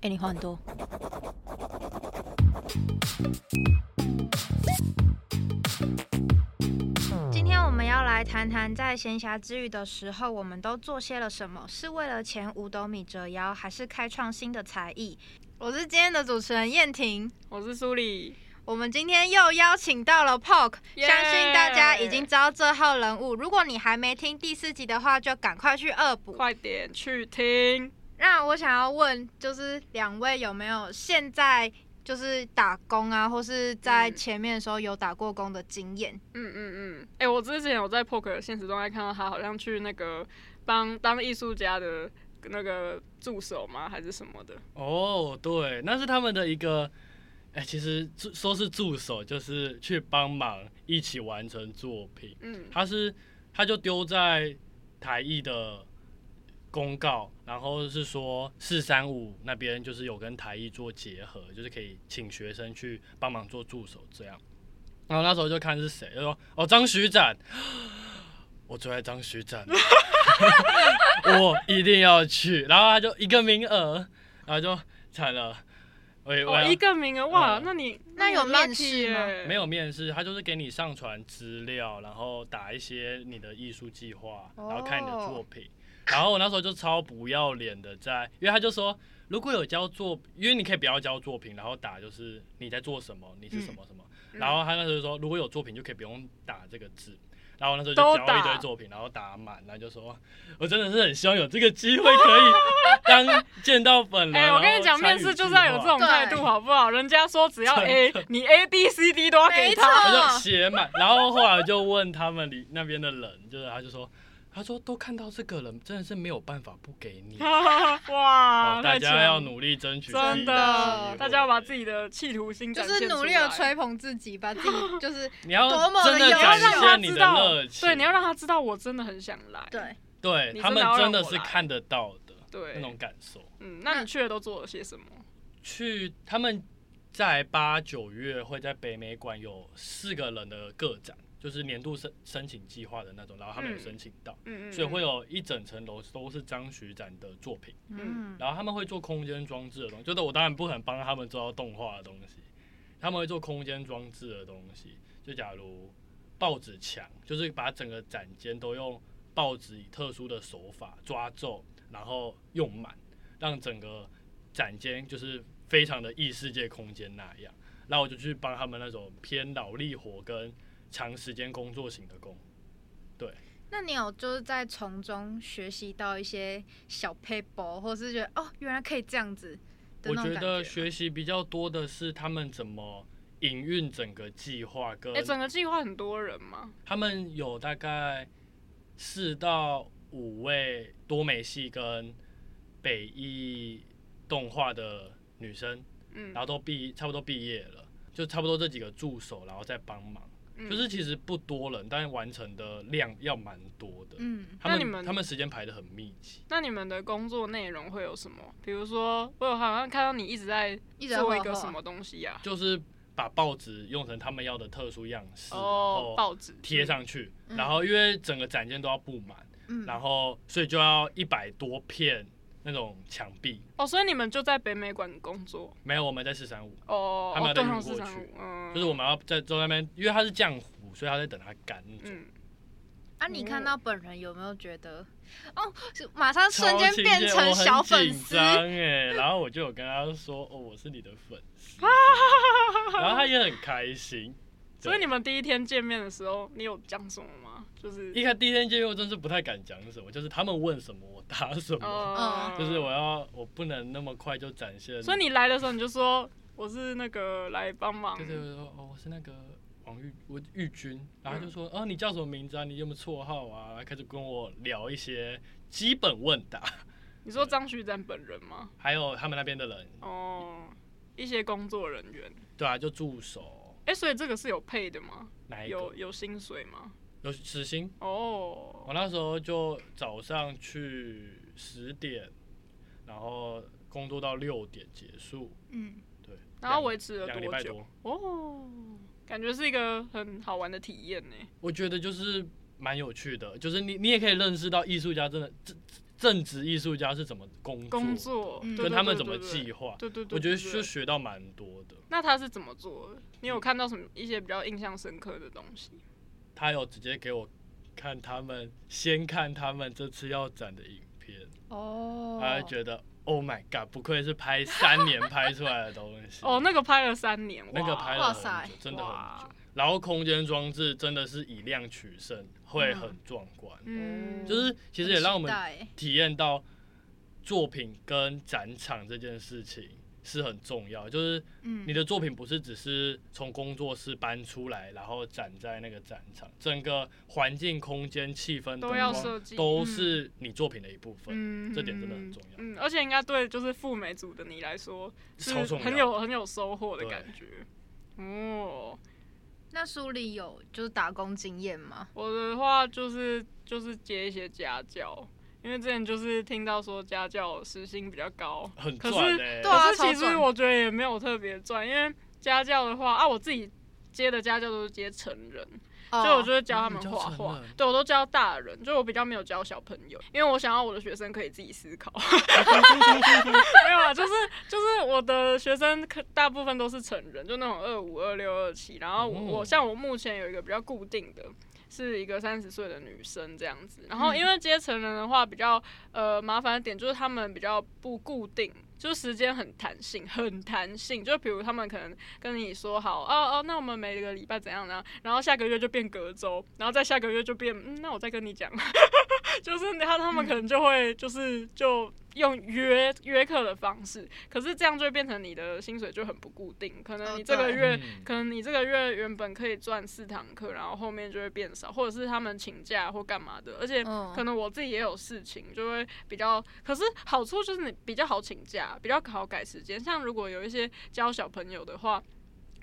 哎、你话很多。今天我们要来谈谈，在闲暇之余的时候，我们都做些了什么？是为了前五斗米折腰，还是开创新的才艺？我是今天的主持人燕婷。我是苏里，我们今天又邀请到了 Poke，耶相信大家已经知道这号人物。如果你还没听第四集的话，就赶快去恶补。快点去听。那我想要问，就是两位有没有现在就是打工啊，或是在嗯前面的时候有打过工的经验？嗯嗯嗯，哎、我之前有在 Poker 现实中还看到他好像去那个帮当艺术家的那个助手吗，还是什么的？哦，对，那是他们的一个，哎、其实助说是助手，就是去帮忙一起完成作品。嗯他是他就丢在台艺的公告，然后是说四三五那边就是有跟台艺做结合，就是可以请学生去帮忙做助手这样。然后那时候就看是谁，就说哦张徐展， 我最爱张徐展， 我一定要去。然后他就一个名额，然后就惨了，我也我哦，要一个名额哇，嗯那你那有面试吗没有，有面试，他就是给你上传资料，然后打一些你的艺术计划，哦然后看你的作品。然后我那时候就超不要脸的在，因为他就说如果有交作，因为你可以不要交作品，然后打就是你在做什么，你是什么什么。嗯然后他那时候就说如果有作品就可以不用打这个字。然后我那时候都就交一打堆作品，然后打满，然后就说，我真的是很希望有这个机会可以当见到本人。哎、我跟然你后讲，参面与试就是计要有划这种态度，对好不好？人家说只要 A，真你 A B C D 都要给他。没错我就写满，然后后来就问他们里那边的人，就是他就说，他说都看到这个人，真的是没有办法不给你。 哇，哦大太强家要努力争取自己真的机的会，大家要把自己的企图心就展是现努出力的来吹捧自己，把自己就是你要多么的真的优展秀现你的热情，对，你要让他知道我真的很想来。对。对你他真的们要真让的我是来看得到的对那种感受。嗯，那你去了都做了些什么？去他们在八九月会在北美馆有四个人的个展，就是年度申申请计划的那种，然后他们有嗯申请到，嗯嗯，所以会有有一整层楼都是张徐展的作品。嗯 嗯，然后他们会做空间装置的东西，就是我当然不可能帮他们做到动画的东西，他们会做空间装置的东西，就假如报纸墙，就是把整个展间都用报纸以特殊的手法抓皱，然后用满，让整个展间就是非常的异世界空间那样。然后我就去帮他们那种偏脑力活跟长时间工作型的工，那你有就是在从中学习到一些小 paper，或是觉得哦，原来可以这样子的我那种觉感得觉吗。学习比较多的是他们怎么营运整个计划跟哎、整个计划很多人嘛，他们有大概四到五位多美系跟北艺动画的女生，嗯然，后都毕差不多毕业了，就差不多这几个助手，然后再帮忙。嗯就是其实不多人，但是完成的量要蛮多的。嗯，他那们你们他们时间排的很密集，那你们的工作内容会有什么？比如说，我有好像看到你一直在一直在做一画个画什么东西呀、就是把报纸用成他们要的特殊样式，哦，然后报纸贴，上去，嗯然后因为整个展间都要布满，嗯，然后所以就要一百多片那种墙壁。嗯哦，所以你们就在北美馆工作没有，我们在四三五，哦，他哦们要再对运上过市场去，嗯，就是我们要在坐在那边，因为它是浆糊，所以它在等它干那种。嗯，啊，你看哦到本人有没有觉得哦，是马上超瞬间亲切变成小我很粉紧丝张？哎，然后我就有跟他说，哦，我是你的粉 丝， 然后他也很开心。所以你们第一天见面的时候，你有讲什么吗？就是一开第一天见面，我真是不太敢讲什么，就是他们问什么我答什么，嗯哦，就是我要我不能那么快就展现。所以你来的时候你就说我是那个来帮忙，对对对，说哦，我是那个王玉，我玉军，然后嗯就说，哦，你叫什么名字啊？你有没有绰号啊？然后开始跟我聊一些基本问答， 你说张旭展本人吗？还有他们那边的人，哦，一些工作人员，对啊，就助手哎、所以这个是有配的吗？哪一个有有薪水吗？有时薪。哦，我那时候就早上去十点，然后工作到六点结束，嗯，对，然后两维持了两个礼拜多久？多，哦，感觉是一个很好玩的体验呢。我觉得就是蛮有趣的，就是你你也可以认识到艺术家真的这这正职艺术家是怎么工作，工作，嗯对跟他们怎么，对计划，对对对对对对，我觉得对就学到蛮多的。那他是怎么做的？你有看到什么一些比较印象深刻的东西？他有直接给我看他们，先看他们这次要展的影片，哦他会觉得 Oh my God，不愧 是拍三年拍出来的东西。哦，那个拍了三年，那个哇拍哇了塞很久，真的很哇久。然后空间装置真的是以量取胜，会很壮观。嗯，就是其实也让我们很期待体验到作品跟展场这件事情是很重要，就是嗯你的作品不是只是从工作室搬出来，然后展在那个展场，整个环境、空间、气氛、都灯要光设计都嗯是你作品的一部分，嗯，这点真的很重要嗯，而且应该对就是赴美组的你来说是超重很要。有很有收获的对感觉。哦，那书里有就是打工经验吗？我的话就是就是接一些家教，因为之前就是听到说家教时薪比较高，很可是赚欸嘞、对啊可是其超实赚我觉得也没有特别赚，因为家教的话啊，我自己接的家教都是接成人，哦所以我就会教他们画哦你教画成人。对我都教大人，就我比较没有教小朋友，因为我想要我的学生可以自己思考。 没有啊，就是就是我的学生可大部分都是成人，就那种二五、二六、二七。然后我,、哦我像我目前有一个比较固定的。是一个三十岁的女生这样子，然嗯后因为接成人的话比较呃麻烦的点就是他们比较不固定，就是时间很弹性，很弹性。就比如他们可能跟你说好，哦哦，那我们每个礼拜怎样呢？然后下个月就变隔周，然后再下个月就变，嗯，那我再跟你讲， 就是他他们可能就会就是就用约约课的方式，可是这样就会变成你的薪水就很不固定，可能哦你这个对月。嗯可能你这个月原本可以赚四堂课，然后后面就会变少，或者是他们请假或干嘛的，而且嗯可能我自己也有事情，就会比较。可是好处就是你比较好请假，比较好改时间。像如果有一些教小朋友的话。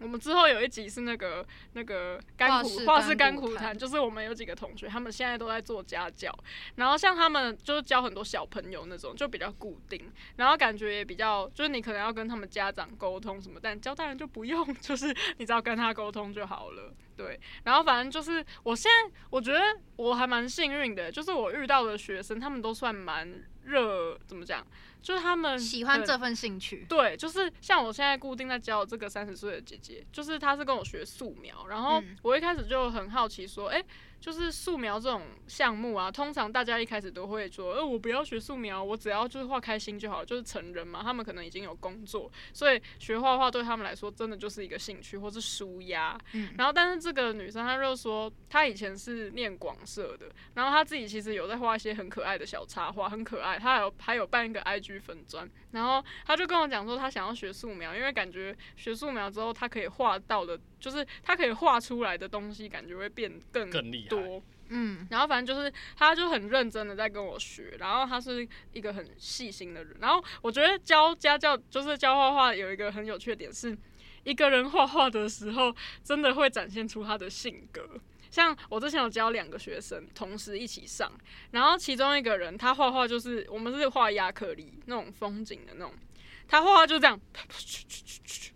我们之后有一集是那个那个甘苦画画室室甘甘苦苦谈谈，就是我们有几个同学，他们现在都在做家教，然后像他们就是教很多小朋友那种，就比较固定，然后感觉也比较，就是你可能要跟他们家长沟通什么，但教大人就不用， 就是你只要跟他沟通就好了。对，然后反正就是我现在我觉得我还蛮幸运的，就是我遇到的学生他们都算蛮热，怎么讲，就是他们喜欢很这份兴趣，对，就是像我现在固定在教这个三十岁的姐姐，就是她是跟我学素描，然后嗯我一开始就很好奇说，哎、就是素描这种项目啊，通常大家一开始都会说，呃，我不要学素描，我只要就是画开心就好，就是成人嘛，他们可能已经有工作，所以学画画对他们来说真的就是一个兴趣或是舒压，嗯，然后，但是这个女生她就说，她以前是念广社的，然后她自己其实有在画一些很可爱的小插画，很可爱。她还有还有办一个 IG 粉砖，然后她就跟我讲说，她想要学素描，因为感觉学素描之后，她可以画到的，就是她可以画出来的东西，感觉会变更更厉害，多。嗯，然后反正就是他就很认真的在跟我学，然后他是一个很细心的人。然后我觉得教家教就是教画画有一个很有趣的点是，一个人画画的时候真的会展现出他的性格。像我之前有教两个学生同时一起上，然后其中一个人他画画就是我们是画亚克力那种风景的那种，他画画就这样，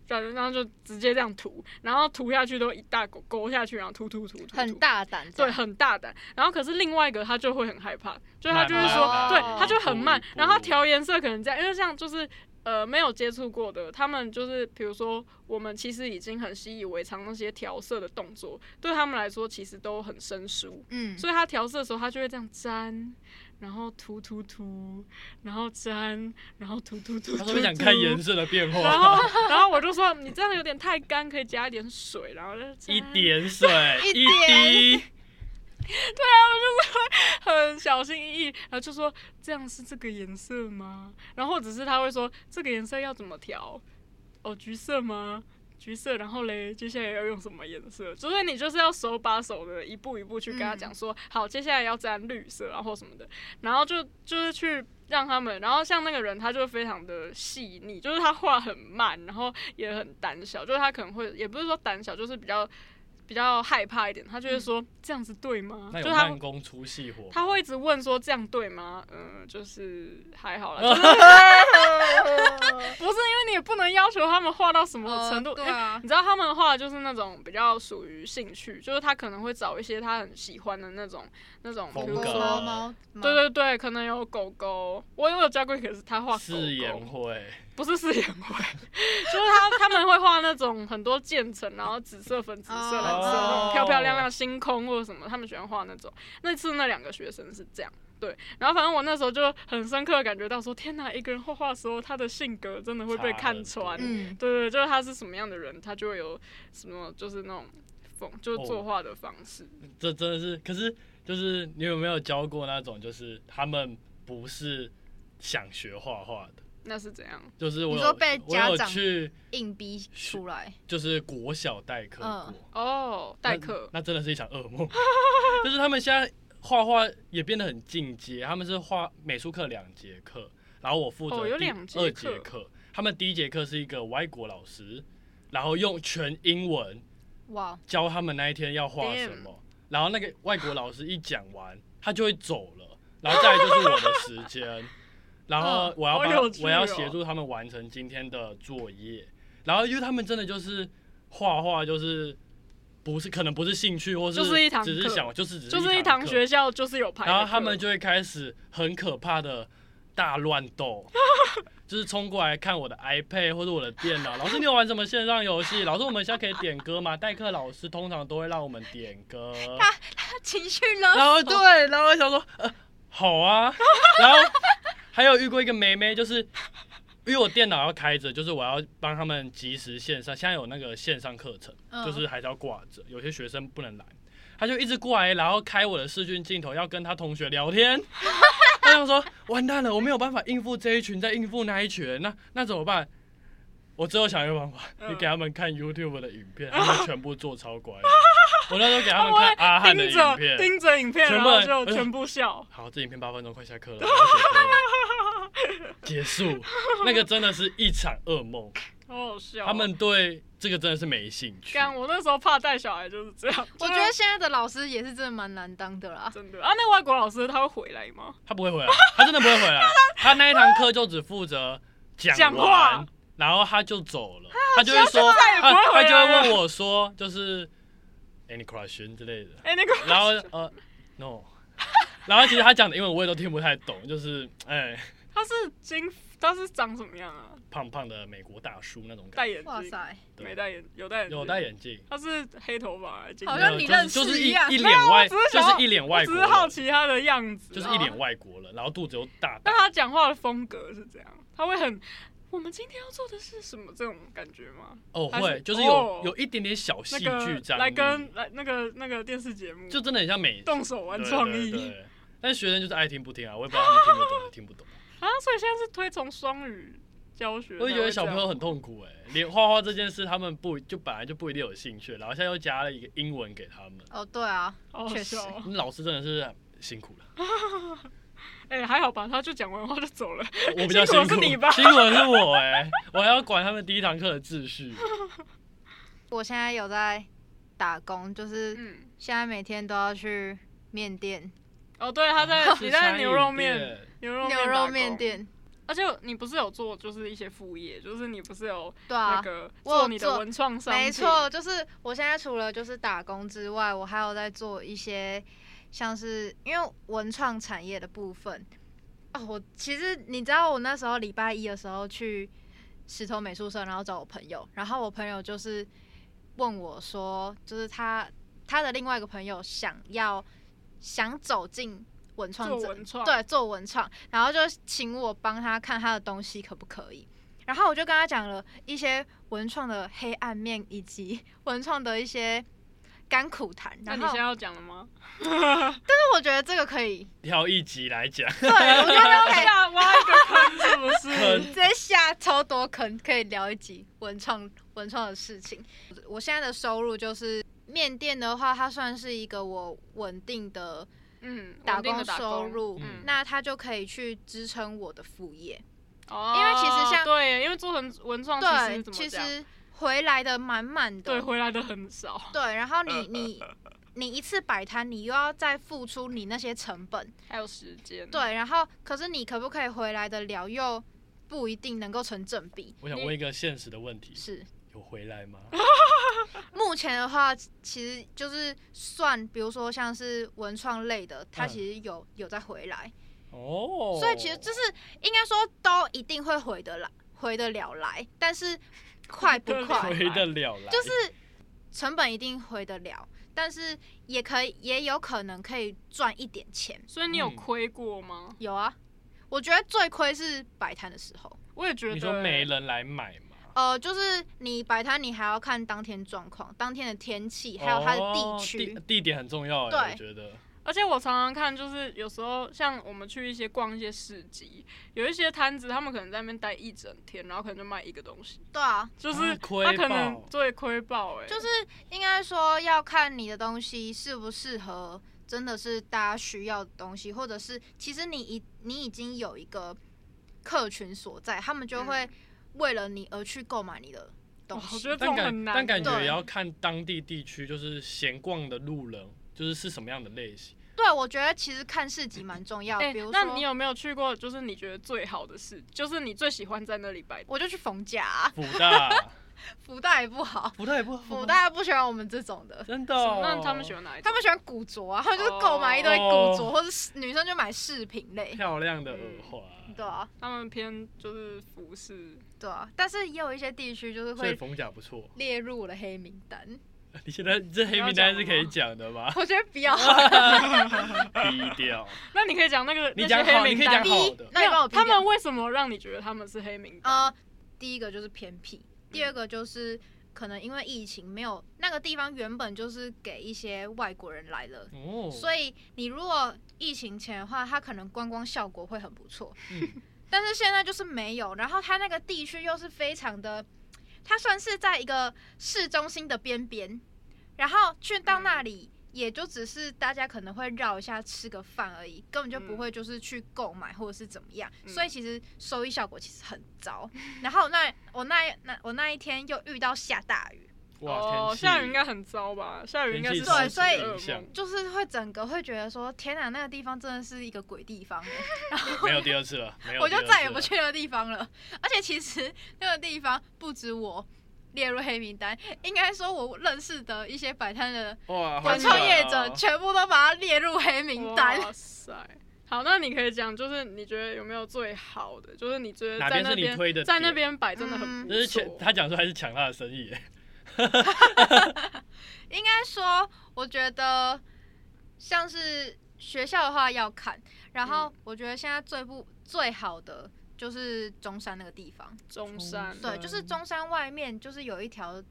然后就直接这样涂，然后涂下去都一大勾勾下去，然后涂涂涂涂涂，很大胆这对，样，很大胆。然后可是另外一个他就会很害怕，就是他就会慢慢嗯说，来对哦，他就很慢步一，步然后他调颜色可能这样，因为像就是。呃，没有接触过的，他们就是比如说，我们其实已经很习以为常那些调色的动作，对他们来说其实都很生疏。嗯， 所以他调色的时候，他就会这样粘，然后涂涂涂，然后粘，然后涂涂涂。他涂说想涂看颜色的变然化，后，然后我就说你这样有点太干，可以加一点水，然后就一粘点水，一一点滴， 很小心翼翼，然后就说这样是这个颜色吗？然后或者是他会说这个颜色要怎么调？哦，橘色吗？橘色，然后嘞，接下来要用什么颜色？就是你就是要手把手的一步一步去跟他讲说，好，接下来要沾绿色，然后什么的，然后就就是去让他们，然后像那个人他就非常的细腻，就是他话很慢，然后也很胆小，就是他可能会也不是说胆小，就是比较比较害怕一点，他就会说、这样子对吗？那就有是他慢工出细活吗，他会一直问说这样 对吗？嗯，就是还好啦，就是不是因为你也不能要求他们画到什么呃程度。哎对因为啊你，知道他们画就是那种比较属于兴趣，就是他可能会找一些他很喜欢的那种那种，风比如格说猫猫，对对对，可能有狗狗，我有教过一个是他画狗誓言狗，会，不是誓言会， 就是他他们会画那种很多渐层，然后紫色、粉紫色、蓝色那哦种漂漂亮亮星空或者什么，他们喜欢画那种。那次那两个学生是这样。对，然后反正我那时候就很深刻的感觉到说，天哪，一个人画画的时候，他的性格真的会被差看很穿。多嗯，对对，就是他是什么样的人，他就会有什么就是那种风，就是作画的方式。这真的是，可是就是你有没有教过那种，就是他们不是想学画画的，那是怎样？就是我你有说被我家有长去硬逼出来，就是国小代课过，嗯哦，代课那，那真的是一场噩 梦。就是他们现在画画也变得很进阶，他们是画美术课两节课，然后我负责哦有第两节二课节课。他们第一节课是一个外国老师，然后用全英文哇，教他们那一天要画什么，然后那个外国老师一讲完，他就会走了，然后再来就是我的时间，然后嗯我好要帮、有趣我要哦协助他们完成今天的作业，然后因为他们真的就是画画就是不是可能不是兴趣或是就是一堂只是课想就是只是就是一堂堂课学校就是有排的课，然后他们就会开始很可怕的大乱斗，就是冲过来看我的 iPad 或者我的电脑。老师，你有玩什么线上游戏？老师，我们现在可以点歌吗？代课老师通常都会让我们点歌。情绪勒然后对，然后我想说，呃，好啊。然后还有遇过一个妹妹，就是因为我电脑要开着，就是我要帮他们及时线上，现在有那个线上课程，嗯就是还是要挂着，有些学生不能来，他就一直过来，然后开我的视讯镜头，要跟他同学聊天。他就说：“完蛋了，我没有办法应付这一群，再应付那一群，那那怎么办？”我最后想一个办法，嗯你给他们看 YouTube 的影片，他们全部做超乖的。我那时候 给他们看阿汉的盯着影片，盯着影片，全然部后人就呃全部笑。 好，这影片八分钟，快下课了，我 要写歌了结束。那个真的是一场噩梦，好好笑哦。啊他们对这个真的是没兴趣。干，我那时候怕带小孩就是这样。我觉得现在的老师也是真的蛮难当的啦。真的啊，那外国老师他会回来吗？他不会回来，他真的不会回来。他那一堂课就只负责讲讲完话，啊然后他就走了。他就会说，再也不他会啊他回就会来啊问了。我说，就是哎，你 question 之类的。哎，那个然后呃，no，然后其实他讲的英文我也都听不太懂，就是哎 他是金，他是长什么样啊？胖胖的美国大叔那种感戴眼哇镜，塞，觉，没戴眼，有戴眼镜，有戴眼镜。他是黑头发还是金头好发，像没有你就是认识就是一样一脸 外，没有我只是就想是一脸外我国只人，是好奇他的样子，啊就是一脸外国人，然后肚子又大但大。他讲话的风格是这样，他会很，我们今天要做的是什么这种感觉吗？哦，还会是就是有哦有一点点小戏那剧个张来力，跟来那个那个电视节目，就真的很像美动手玩对创对对意对 但学生就是爱听不听啊，我也不知道他们听不懂 听不懂。啊，所以现在是推崇双语教学，我也觉得小朋友才会很痛苦哎，连画画这件事他们不就本来就不一定有兴趣，然后现在又加了一个英文给他们，哦，对啊，这样好好确实笑哦。那老师真的是辛苦了，哎、还好吧，他就讲完话就走了。我我比较辛苦苦，是你吧辛苦的是我哎，我还要管他们第一堂课的秩序。我现在有在打工，就是嗯，现在每天都要去面店、哦，对，他在 啊你在牛肉吃餐饮面店牛肉牛打肉工面，店，而且你不是有做就是一些副业，就是你不是有对那啊，个我有做你的做文创商品，没错，就是我现在除了就是打工之外，我还有在做一些像是因为文创产业的部分。哦，我其实你知道，我那时候礼拜一的时候去石头美术社，然后找我朋友，然后我朋友就是问我说，就是他他的另外一个朋友想要想走进文创做这文创，对，做文创，然后就请我帮他看他的东西可不可以。然后我就跟他讲了一些文创的黑暗面，以及 文创的一些甘苦谈。那然你后，现在但要讲了吗？是我觉得这个可 以，挑一集来讲，对我觉得这个可以下挖一个坑是不是？直接下超多坑，可以聊一集文创文创的事情。我现在的收入就是面店的话，它算是一个我稳定的嗯，打稳定工的打收入，嗯，那它就可以去支撑我的副业。哦，因为其实像对，因为做文文创其对，实怎么其讲，实回来的满满的，对回来的很少，对然后 你你你一次摆摊，你又要再付出你那些成本，还有时间，对，然后可是你可不可以回来的了又？不一定能够成正比。 我想问一个现实的问题：是，有回 来吗？目前的话，其实就是算，比如说像是文创类的，它嗯其实有、有在回来，哦，所以其实就是应该说都一定会回得来，回得了来，但是快不 回得快来？回得了来，就是成本一定回得了，但是也可以，也有可能可以赚一点钱。所以你有嗯亏过吗？有啊，我觉得最亏是摆摊的时候，我也觉得你说没欸人来买嘛？呃，就是你摆摊，你还要看当天状况、当天的天气，还有它的哦地区。地地点很重要哎，对我觉得而且我常常看，就是有时候像我们去一些逛一些市集，有一些摊子，他们可能在那边待一整天，然后可能就卖一个东西，对啊，就是啊亏他可能爆最亏爆哎、就是应该说要看你的东西适不适合，真的是大家需要的东西，或者是其实你已你已经有一个客群所在，他们就会为了你而去购买你的东嗯哦我西。觉得这但种很感难，但感觉对也要看当地地区，就是闲逛的路人，就是是什么样的类型。对，我觉得其实看市集蛮重要，哎、比如那你说。有没有去过？就是你觉得最好的事，就是你最喜欢在那里摆的。我就去逢甲、啊，福 大，福大也不好，福大也不好吗，福大不喜欢我们这种的，真的什么，哦那他们喜欢哪一种？他们喜欢古着啊，他们就是购买一堆古着，或者是女生就买饰品类，哦漂亮的耳环，对啊，他们偏就是服饰，对啊。但是也有一些地区就是所以会逢甲不错。 列入了黑名单，你现在这黑名单是可以讲的吗？我觉得比较好。哦 低调，那你可以讲那个你讲那些好，黑你名可以讲单。好逼的。那你帮我逼他掉们为什么让你觉得他们是黑名 单？呃，第一个就是偏僻，第二个就是可能因为疫情没有那个地方原本就是给一些外国人来的，哦，所以你如果疫情前的话，它可能观光效果会很不错，嗯 但是现在就是没有。然后它那个地区又是非常的，它算是在一个市中心的边边，然后去到那里。也就只是大家可能会绕一下吃个饭而已，根本就不嗯会就是去购买或者是怎么样，嗯所以其实收益效果其实很糟。然后那我那那我那一天又遇到下大雨，哇，哦天，气下雨应该很糟吧？下雨应该是天气世界对所以噩梦影响就是会整个会觉得说，天哪，那个地方真的是一个鬼地方欸，没有第二次了，没有，我就再也不。去那个地方了。而且其实 那个地方不止我列入黑名单，应该说我认识的一些摆摊的哇，好文惨创业者哦全部都把它列入黑名单。哇塞！好，那你可以讲，就是你觉得有没有最好的？就是你觉得哪在边那是你边推的点？在那边摆真的很嗯不就是错。抢，他讲说还是抢他的生意欸耶。应该说，我觉得像是学校的话要看，然嗯后我觉得现在最不最好的就是中山那个地方。中山对，就是中山外面就是有一条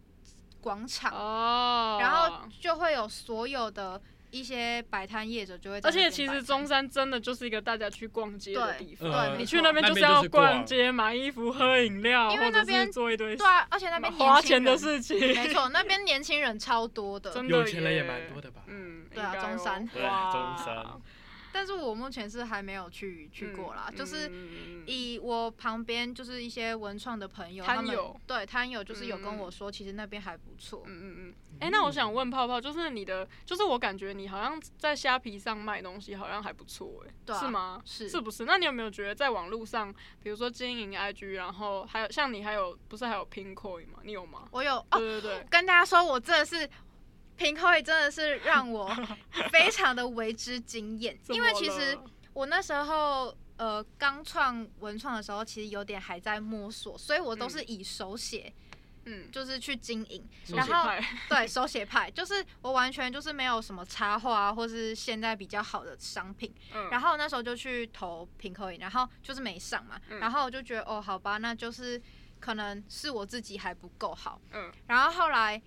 广场，哦，然后就会有所有的一些摆摊业者就会在而那边摆摊。且其实中山真的就是一个大家去逛街的地对，呃方，没你错去那边那就是边就要是逛逛街、买衣服、喝饮料，因为或那者边是做一堆对啊，而且那边花年钱轻的人，事情。 没错，那边年轻人超多的真。的有钱人也耶蛮多的吧？嗯，对啊应该哦中山对哇中山但是我目前是还没有去去过啦，嗯就是嗯以我旁边就是一些文创的朋友，摊他们友对摊友就是有跟嗯我说，其实那边还不错。嗯嗯嗯。哎、那我想问泡泡，就是你的，就是我感觉你好像在虾皮上卖东西，好像还不错、哎、对啊是吗？是是不是？那你有没有觉得在网络上，比如说经营 IG，然后还有像你还有不是还有 Pincoin 吗？你有吗？我有哦，对对对，跟大家说，我真的是平口也真的是让 我非常的为之惊艳，怎因为么其实了我那时候呃刚创文创的时候，其实有点还在摸索，所以我都是以手写、嗯，就是去经营，手然写后 派对手写派，就是我完全就是没有什么插画啊，或是现在比较好的商品，嗯，然后那时候就去投平口影，然后就是没上嘛，嗯然后我就觉得哦，好吧，那就是可能是我自己还不够好，嗯然后后来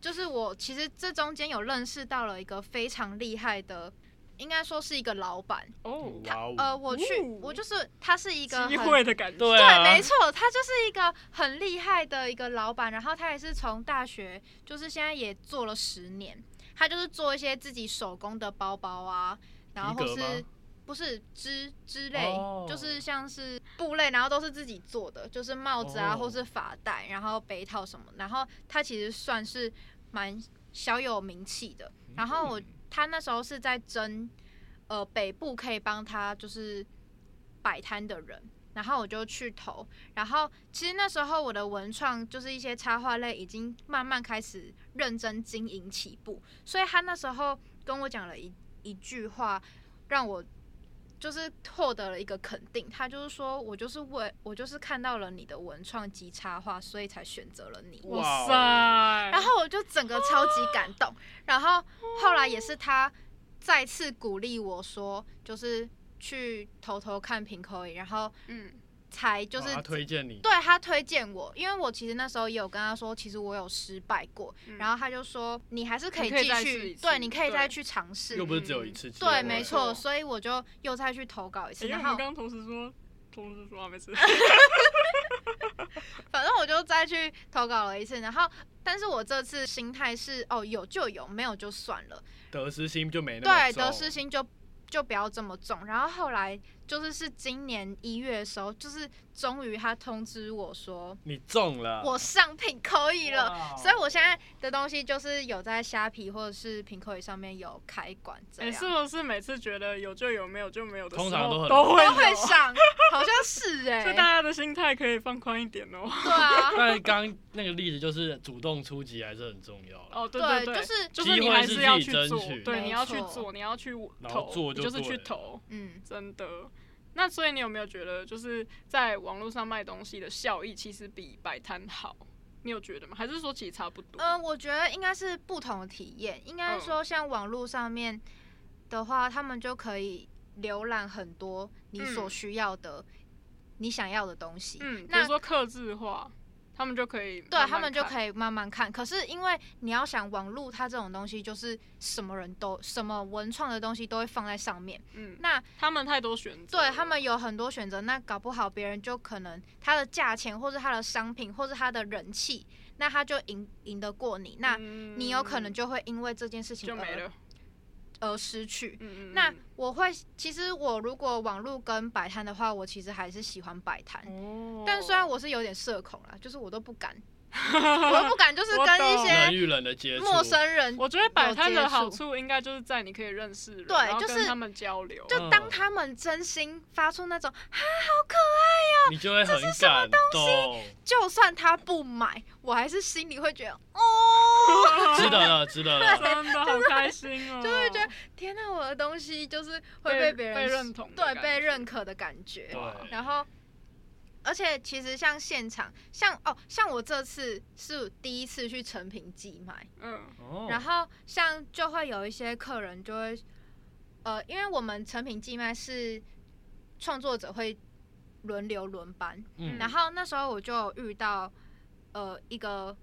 就是我其实这中间有认识到了一个非常厉害的，应该说是一个老板，哦，哇哦，呃，我去、哦我就是他是一个机很会的感觉，对对，啊，没错，他就是一个很厉害的一个老板，然后他也是从大学，就是现在也做了十年，他就是做一些自己手工的包包啊，然后或皮革吗是不是织织类，哦就是像是布类，然后都是自己做的，就是帽子啊，哦或是发带，然后杯套什么，然后他其实算是蛮小有名气的，然后我嗯他那时候是在争，呃，北部可以帮他就是摆摊的人，然后我就去投，然后其实那时候我的文创就是一些插画类已经慢慢开始认真经营起步，所以他那时候跟我讲了一一句话，让我就是获得了一个肯定。他就是说我就是为我就是看到了你的文创及插画，所以才选择了你。哇哇哦塞！然然后我就整个超级感动。然后后来也是他再次鼓励我说，就是去偷偷看平口影，然后嗯，才就是哦他推荐你，对他推荐我，因为我其实那时候也有跟他说，其实我有失败过，嗯然后他就说你还是可以你可以继再试一续，次对，你可以对再去尝试又。不是只有一次机嗯会，对，没错，对所以我就又再去投稿一次，因为然我们后刚刚同时说，同时说啊，没事。反正我就再去投稿了一次，然后但是我这次心态是哦有就有，没有就算了。得失心就没那么对，重得失心就就不要这么重。然后后来就是是今年一月的时候，就是终于他通知我说你中了，我上品口以了。啊哇哦所以我现在的东西就是有在虾皮或者是品口以上面有开馆这哎，样，是不是每次觉得有就有，没有就没有的时候，通常都很都都会有会上，好像是哎、所以大家的心态可以放宽一点哦。对 啊，但刚刚那个例子就是主动出击还是很重要啦 哦，对对，对，就是就是你还是要去机做会是自己争取，对，没你要去错做，你要去然后投，做你就就是对去了投，嗯，真的。那所以你有没有觉得，就是在网络上卖东西的效益其实比摆摊好？你有觉得吗？还是说其实差不多？呃，我觉得应该是不同的体验，应该嗯说像网络上面的话，他们就可以浏览很多你所嗯需要的、你想要的东西。嗯，比如那说克制化，他们就可以慢慢对看，他们就可以慢慢看。可是因为你要想，网络它这种东西就是什么人都、什么文创的东西都会放在上面。嗯，那他们太多选择了，对他们有很多选择，那搞不好别人就可能他的价钱，或是他的商品，或是他的人气，那他就赢赢得过你。那你你有可能就会因为这件事情嗯就没而了。而失去。嗯嗯，那嗯我会，其实我如果网络跟摆摊的话，我其实还是喜欢摆摊。哦，但虽然我是有点社恐啦，就是我都不 敢，我都不敢，就是跟一我懂些人与人的接触，陌生人，我觉得摆摊有的接触好处应该就是在你可以认识人，对然后就跟是他们交流，就当他们真心发出那种，你就会很感动，就算他不买，我还是心里会觉得，哦，值得了，值得了。真的好开心哦，就会觉得天哪，我的东西就是会被别人被认同的对感觉，被认可的感觉。对，然后，而且其实像现场，像哦，像我这次是第一次去成品寄卖，嗯，哦然后像就会有一些客人就会，呃，因为我们成品寄卖是创作者会轮流轮班，嗯然后那时候我就有遇到呃一个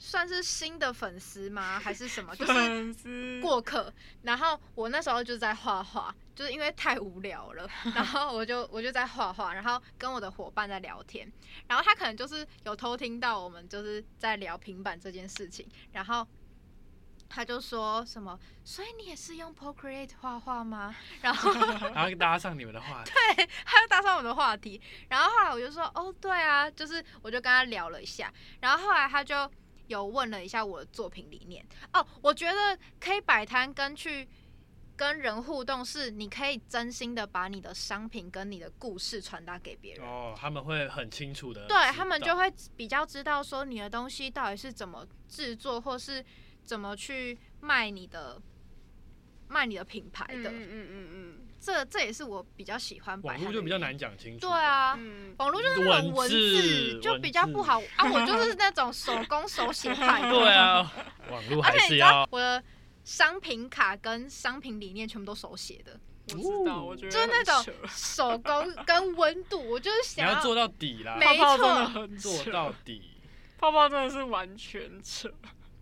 算是新的粉丝吗，还是 什么，就是粉丝过客。然后我那时候就在画画，就是因为太无聊了，然后我就我就在画画，然后跟我的伙伴在聊天，然后他可能就是有偷听到我们就是在聊平板这件事情，然后。他就说什么，所以你也是用 Procreate 画画吗？然后然后搭上你们的话题，他就搭上我的话题，然后后来我就说，哦，对啊，就是我就跟他聊了一下，然后后来他就有问了一下我的作品理念。哦，我觉得可以摆摊跟去跟人互动，是你可以真心的把你的商品跟你的故事传达给别人。哦，他们会很清楚的，对他们就会比较知道说你的东西到底是怎么制作，或是怎么去卖你的卖你的品牌嗯的。嗯嗯嗯这这也是我比较喜欢摆网摊的络就比较原因难。讲清楚，对，啊，嗯嗯，网络就是那种文文字字就比较不好啊，我就是那种手工手写派的。 对， 啊，网络还而且你是知道要我的商品卡跟商品理念全部都手写的，我知道，哦我觉得就是那很种扯手 工跟温度，我就是你想要做到底啦，没泡泡真的错很做扯到 底，泡泡真的是完全扯，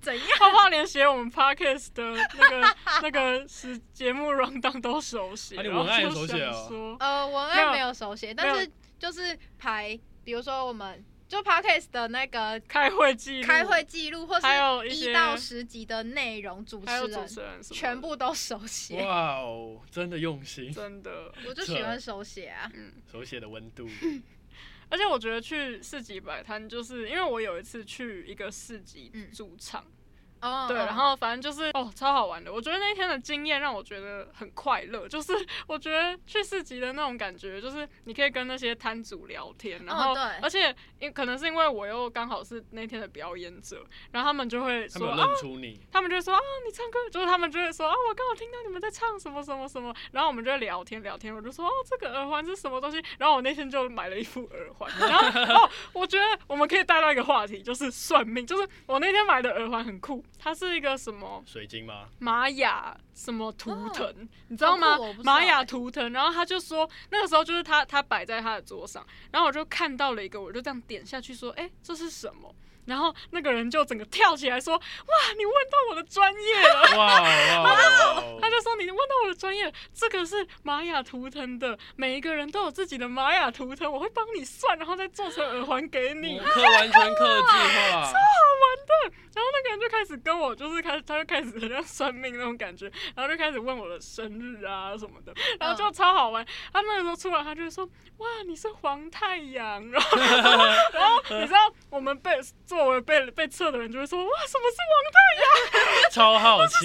怎样？泡泡连写我们 podcast 的那个那个是节目 r u n d o w n 都手写，啊你然后文案也就手写想哦说呃，文没案有没有手写，没但有是就是排，比如说我们就 podcast 的那个开会记录，开会记录，或是还有一些一到十集的内容，主还有持主人持人什么的全部都手写，哇哦，真的用心，真的，我就喜欢手写啊。嗯。手写的温度，而且我觉得去市集摆摊，就是因为我有一次去一个市集驻场，哦，对，哦然后反正就是哦，超好玩的。我觉得那天的经验让我觉得很快乐，就是 我觉得去市集的那种感觉，就是你可以跟那些摊主聊天，然后、对而且因可能是因为我又刚好是那天的表演者，然后他们就会他说没有啊，认出你，他们就会说啊，你唱歌，就是他们就会说啊，我刚好听到你们在唱什么什么什么，然后我们就会聊天聊天，我就说哦，这个耳环是什么东西，然后我那天就买了一副耳环，然后哦，我觉得我们可以带到一个话题，就是算命，就是我那天买的耳环很酷，它是一个什么水晶吗？玛雅什么图腾，哦你知道吗好酷我不？知道欸玛雅图腾，然后他就说那个时候就是他他摆在他的桌上，然后我就看到了一个，我就这样点下去说，哎、这是什么？然后那个人就整个跳起来说：“哇，你问到我的专业了！” 哇哇哇！嗯他就说：“你问到我的专业，这个是玛雅图腾的，每一个人都有自己的玛雅图腾，我会帮你算，然后再做成耳环给你。”我克完全克制化，然后那个人就开始跟我，就是开始，他就开始很像算命那种感觉， 然后就开始问我的生日啊什么的，然后就超好玩。他那个时候出来，他就会说：“哇，你是黄太阳。”然 后，然后你知道我们被作为被被测的人就会说：“哇，什么是黄太阳？”超好奇，那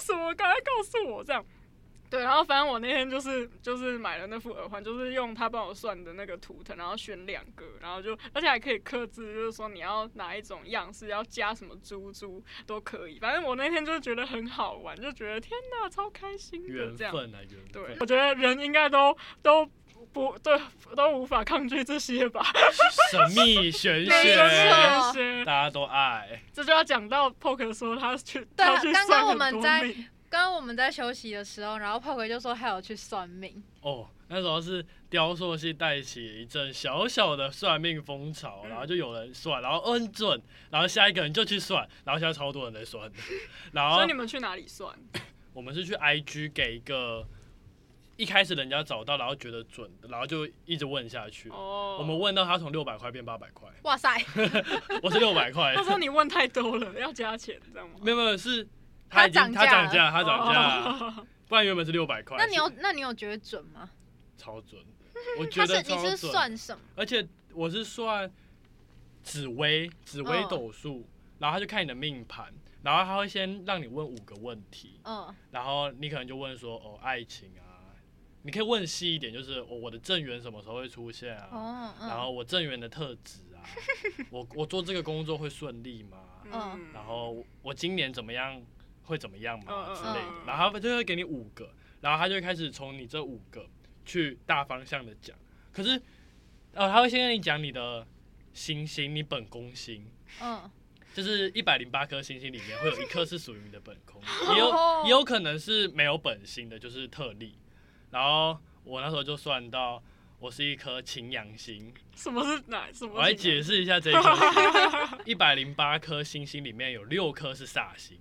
是什么？赶快告诉我这样。对，然后反正我那天就是就是买了那副耳环，就是用他帮我算的那个图腾，然后选两个，然后就而且还可以克制，就是说你要哪一种样式，要加什么珠珠都可以。反正我那天就觉得很好玩，就觉得天哪，超开心的缘这样。分啊，缘对分，，我觉得人应该都都不对，都无法抗拒这些吧。神秘玄没学，错这些，大家都爱。这就要讲到 Poke 说他去，对他去刚刚算我很们多在命刚刚我们在休息的时候，然后炮鬼就说他有去算命，哦，那时候是雕塑系带起一阵小小的算命风潮，嗯然后就有人算，然后哦很准，然后下一个人就去算，然后现在超多人在算的，然后所以你们去哪里算？我们是去 IG 给一个一开始人家找到，然后觉得准的，然后就一直问下去。哦，我们问到他从六百块变八百块，哇塞，我是六 百块他，说你问太多了，要加钱，这样吗？ 没有没有是他已经涨他价涨了价他涨价，哦不然原本是六百块。那你有那你有觉得准吗？超 准，我觉他是得你超是准。算什么？而且我是算紫微紫微嗯斗数，然后他就看你的命盘，然后他会先让你问五个问题，嗯，然后你可能就问说哦爱情啊，你可以问细一点，就是、哦、我的正缘什么时候会出现啊，哦，嗯然后我正缘的特质啊，我我做这个工作会顺利吗？嗯然后我今年怎么样会怎么样嘛嗯嗯之类的嗯，然后他就会给你五个，然后他就会开始从你这五个去大方向的讲。可是，呃，他会先跟你讲你的星星，你本宫星，嗯，就是一百零八颗星星里面会有一颗是属于你的本宫，也有也有可能是没有本星的，就是特例。然后我那时候就算到我是一颗擎羊星，什么是哪？什么？我来解。释一下这一颗，一百零八颗星星里面有六颗是煞星，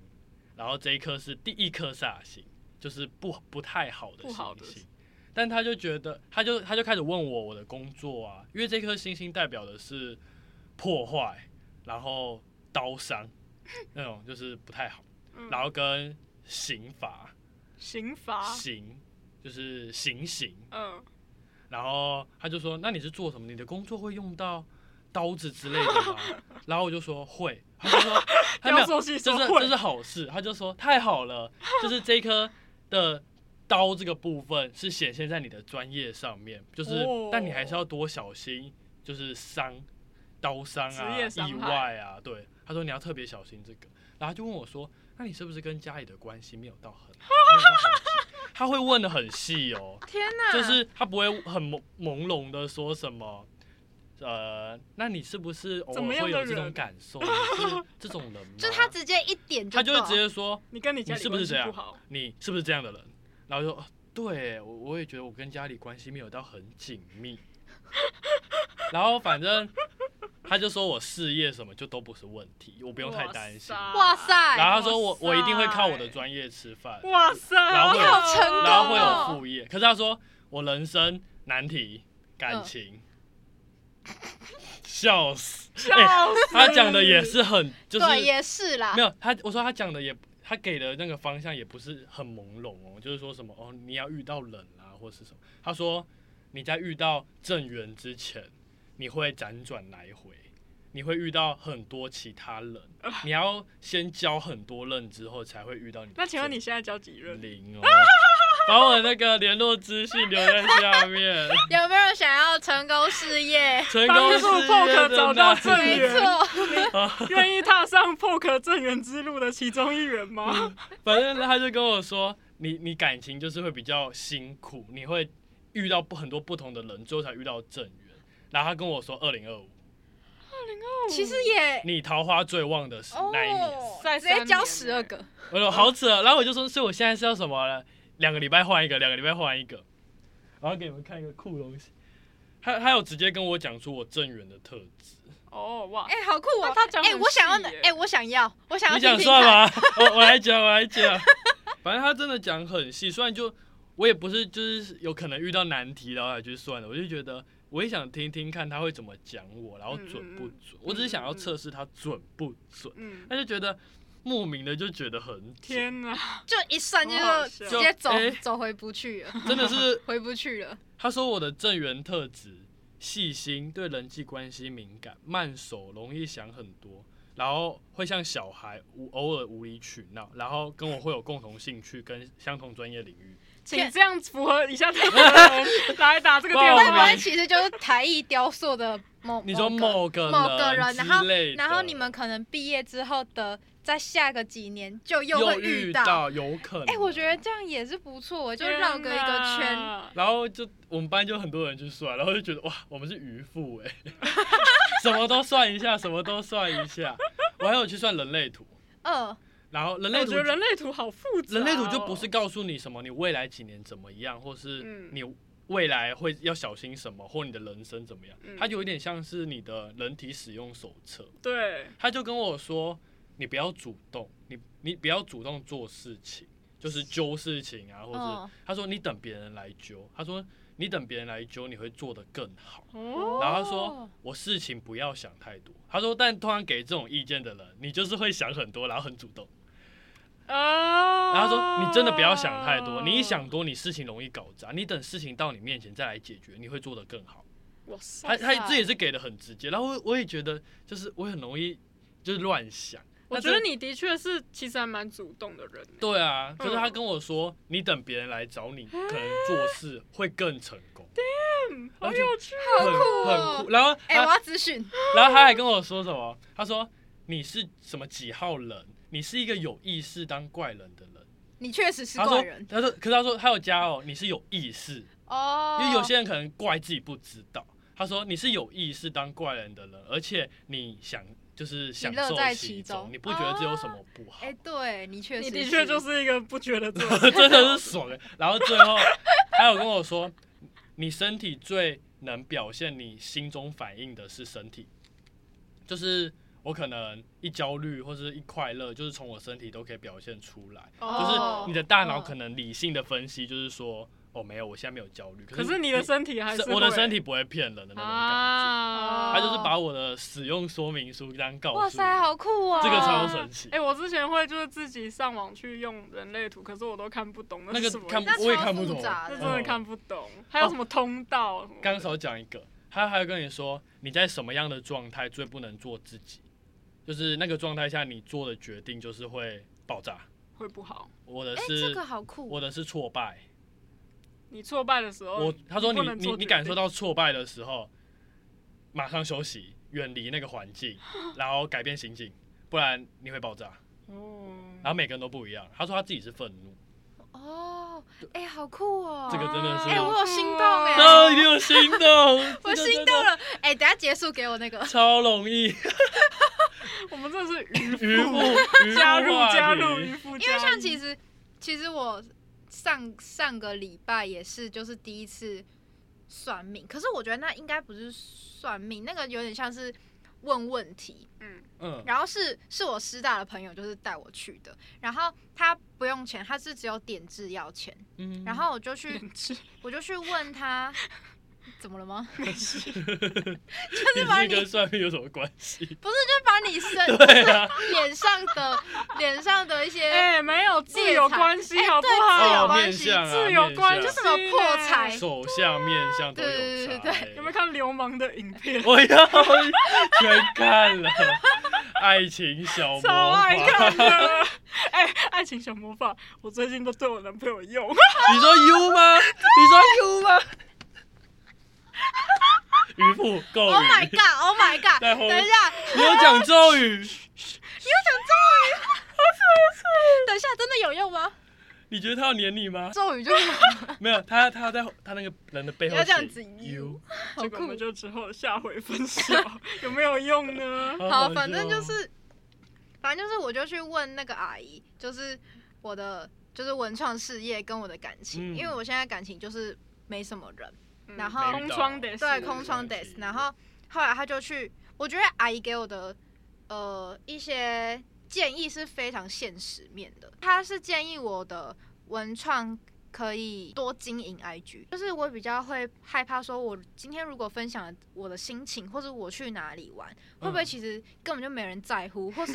然后这一颗是第一颗煞星，就是不不太好的不好星的星。但他就觉得，他就他就开始问我我的工作啊，因为这颗星星代表的是破坏，然后刀伤那种就是不太好，嗯然后跟刑罚刑罚。刑就是行刑，嗯，然后他就说：“那你是做什么？你的工作会用到刀子之类的吗？”然后我就说：“会。”他就 说：“他要没有，做戏这说是会这是好事。”他就说：“太好了，就是这一颗的刀这个部分是显现在你的专业上面，就是、哦但你还是要多小心，就是伤、刀伤啊职业、伤意害外啊。”对，他说你要特别小心这个。然后他就问我说：“那你是不是跟家里的关系没有到很好？”没有到很近他会问的很细哦。天 哪，就是他不会很朦朦胧的说什么，呃，那你是不是偶怎么尔样会的有这种人感受？你是这种 人吗？就他直接一点他就会懂直接说你跟你家你里是不关是系这样不好？你是不是这样的人？然后就、哦、对我我也觉得我跟家里关系没有到很紧密， 然后反正他就说我事业什么就都不是问题，我不不用太担心。哇塞，然后他说我我一定会哇塞靠我的专业吃饭，哇塞！然后会有好成功然后会哦有副业。可是他说我人生难题感嗯情，笑死！欸笑死他讲的也是很就是对也是啦没，有他，我说他讲的也他给的那个方向也不是很朦胧哦，就是说什么哦你要遇到人啊或是什么，他说你在遇到正缘之前你会辗转来回，你会遇到很多其他人，啊你要先教很多任之后才会遇到你。那请问你现在教几任？零哦，把我那个联络资讯留在下面。有没有人想要成功事 业？成帮功助事 Poke 业找的到男正没缘啊错， 愿意踏上破壳正缘之路的其中一员吗？ 反正他就跟我说，你你感情就是会比较辛苦，你会遇到不很多不同的人，最后才遇到正缘。然后他跟我说，二零二五，其嗯实也你桃花最旺的是哦那一年。，在直接三交年十欸二个，我说好扯，啊然后我就说，所以我现在是要什么呢？啊两个礼拜换一个，两个礼拜换一个。然后给你们看一个酷东西，他他有直接跟我讲出我正缘的特质。哦哇，哎，好酷那哦他！讲哎，很我想要细哪耶，哎，我想要，我想要你讲听听算看。吗？ 我我来讲，我来讲。 反正他真的讲很细，虽然就我也不是就是有可能遇到难题然后才去算的，我就觉得我也想听听看他会怎么讲我，然后准嗯不准。我只是想要测试他准不准，嗯，他就觉得莫名的就觉得很准，天哪，就一算就好好笑直接走哎走回不去了，真的是回不去了。他说我的正缘特质：细心，对人际关系敏感，慢熟，容易想很多，然后会像小孩无偶尔无理取闹，然后跟我会有共同兴趣跟相同专业领域。请这样符合以下条件来打 这个电报会不话会。其实就是台艺雕塑的某你说某某个个某个人，人然后之类的然后你们可能毕业之后的，在下个几年就又又会遇到。到有可能。哎，我觉得这样也是不错，就绕个一个天圈。哪，然后就我们班就很多人去算，然后就觉得哇，我们是渔夫哎、 什么都算一下，什么都算一下。我还有去算人类图，嗯，然后人哎类我图觉得人类图好复杂哦。人类图就不是告诉你什么，你未来几年怎么样，或是嗯你未来会要小心什么，或你的人生怎么样嗯，它就有点像是你的人体使用手册。对，他就跟我说，你不要主动，你你不要主动做事情，就是揪事情啊，或哦是他说你等别人来揪，他说你等别人来揪，你会做得更好。哦，然后他说我事情不要想太多，他说但通常给这种意见的人，你就是会想很多，然后很主动。啊，然后他说：“你真的不要想太啊多，你一，想多，你事情容易搞砸。你等事情到你面前再来解决，你会做得更好。哇塞，他”他塞这也是给的很直接。然后我我也觉得，就是我很容易就是乱想。我那觉得这你的确是其实还蛮主动的人。对啊，嗯可是他跟我说，你等别人来找你，可能做事会更成功，嗯，而好且有趣哦。很哦很酷。然后哎，他我要咨询。然后他还跟我说什么？他说：“你是什么几号人？你是一个有意识当怪人的人。”你确实是他怪说人：“他说，可是他说他有加哦，你是有意识。”哦，因为有些人可能怪自己不知道。他说你是有意识当怪人的人，而且你想就是享乐受在其其中你不觉得这有什么不好？ 哎，对你确实是，你的确就是一个不觉得做哎真的是爽欸然后最后还有跟我说，你身体最能表现你心中反应的是身体，就是我可能一焦虑或是一快乐，就是从我身体都可以表现出来。 哦你的大脑嗯可能理性的分析就是说，哦，没有，我现在没有焦虑。可是你的身体还是我的会身体不会骗人的那种感觉。啊，他就是把我的使用说明书当告诉我，哇塞，好酷哦！这个超神奇。哎、我之前会就是自己上网去用人类图，可是我都看不懂那是个什么意思，看不那我也超看不复懂杂那的真的看不懂。还有什么通道什么的？刚少讲一个，他还有跟你说你在什么样的状态最不能做自己，就是那个状态下你做的决定就是会爆炸。会不好。我的哎，是、这个好酷。我的是挫败，哦你挫败的时候，我他说不你能你做你决感受定到挫败的时候，马上休息，远离那个 环境，然后改变心境，不然你会爆炸。哦，然后每个人都不一样。他说他自己是愤怒，哦，哎、好酷哦！这个真的是哎、我有心动哎、啊，一定有心动，我这个心真动的了！哎、等下结束给我那个。超容易。我们真的是渔夫渔夫， 渔夫加入话加入题渔夫加入，因为像其实，其实我上上个礼拜也是，就是第一次算命，可是我觉得那应该不是算命，那个有点像是问问题。嗯嗯，然后是是我师大的朋友，就是带我去的，然后他不用钱，他是只有点痣要钱。嗯 然后我就去点痣我就去问他，怎么了吗？ 你把是你跟算命有什么关系？不是，就把你身对啊，脸上的脸上的一些 哎、没有字猎有财关系，哎好不对自好？有哦，关面系相啊，自有面关相系，就什么破财手相、面相都有对对对差对欸。有没有看流氓的影片？我要全看了，爱情小魔 超法。爱看的。哎、爱情小魔法，我最近都对我男朋友用。你说 U 吗？你说 U 吗？渔夫够，Oh my 鱼， god，Oh my god，在后等面一下，你有讲咒语，等一下，真的有用吗？你觉得他要黏你吗？咒语就是没有，他他要在他那个人的背后你要这样写子 U，好结果我酷们。就之后下回 分手，有没有用呢？好，笑哦反正就是，反正就是，我就去问那个阿姨，就是我的就是文创事业跟我的感情，嗯因为我现在感情就是没什么人，嗯然后空窗得对，是空窗没关 days 系。然后后来她就去，我觉得阿姨给我的呃一些建议是非常现实面的，她是建议我的文创。可以多经营 IG，就是我比较会害怕，说我今天如果分享我的心情，或者我去哪里玩，会不会嗯其实根本就没人在乎，或是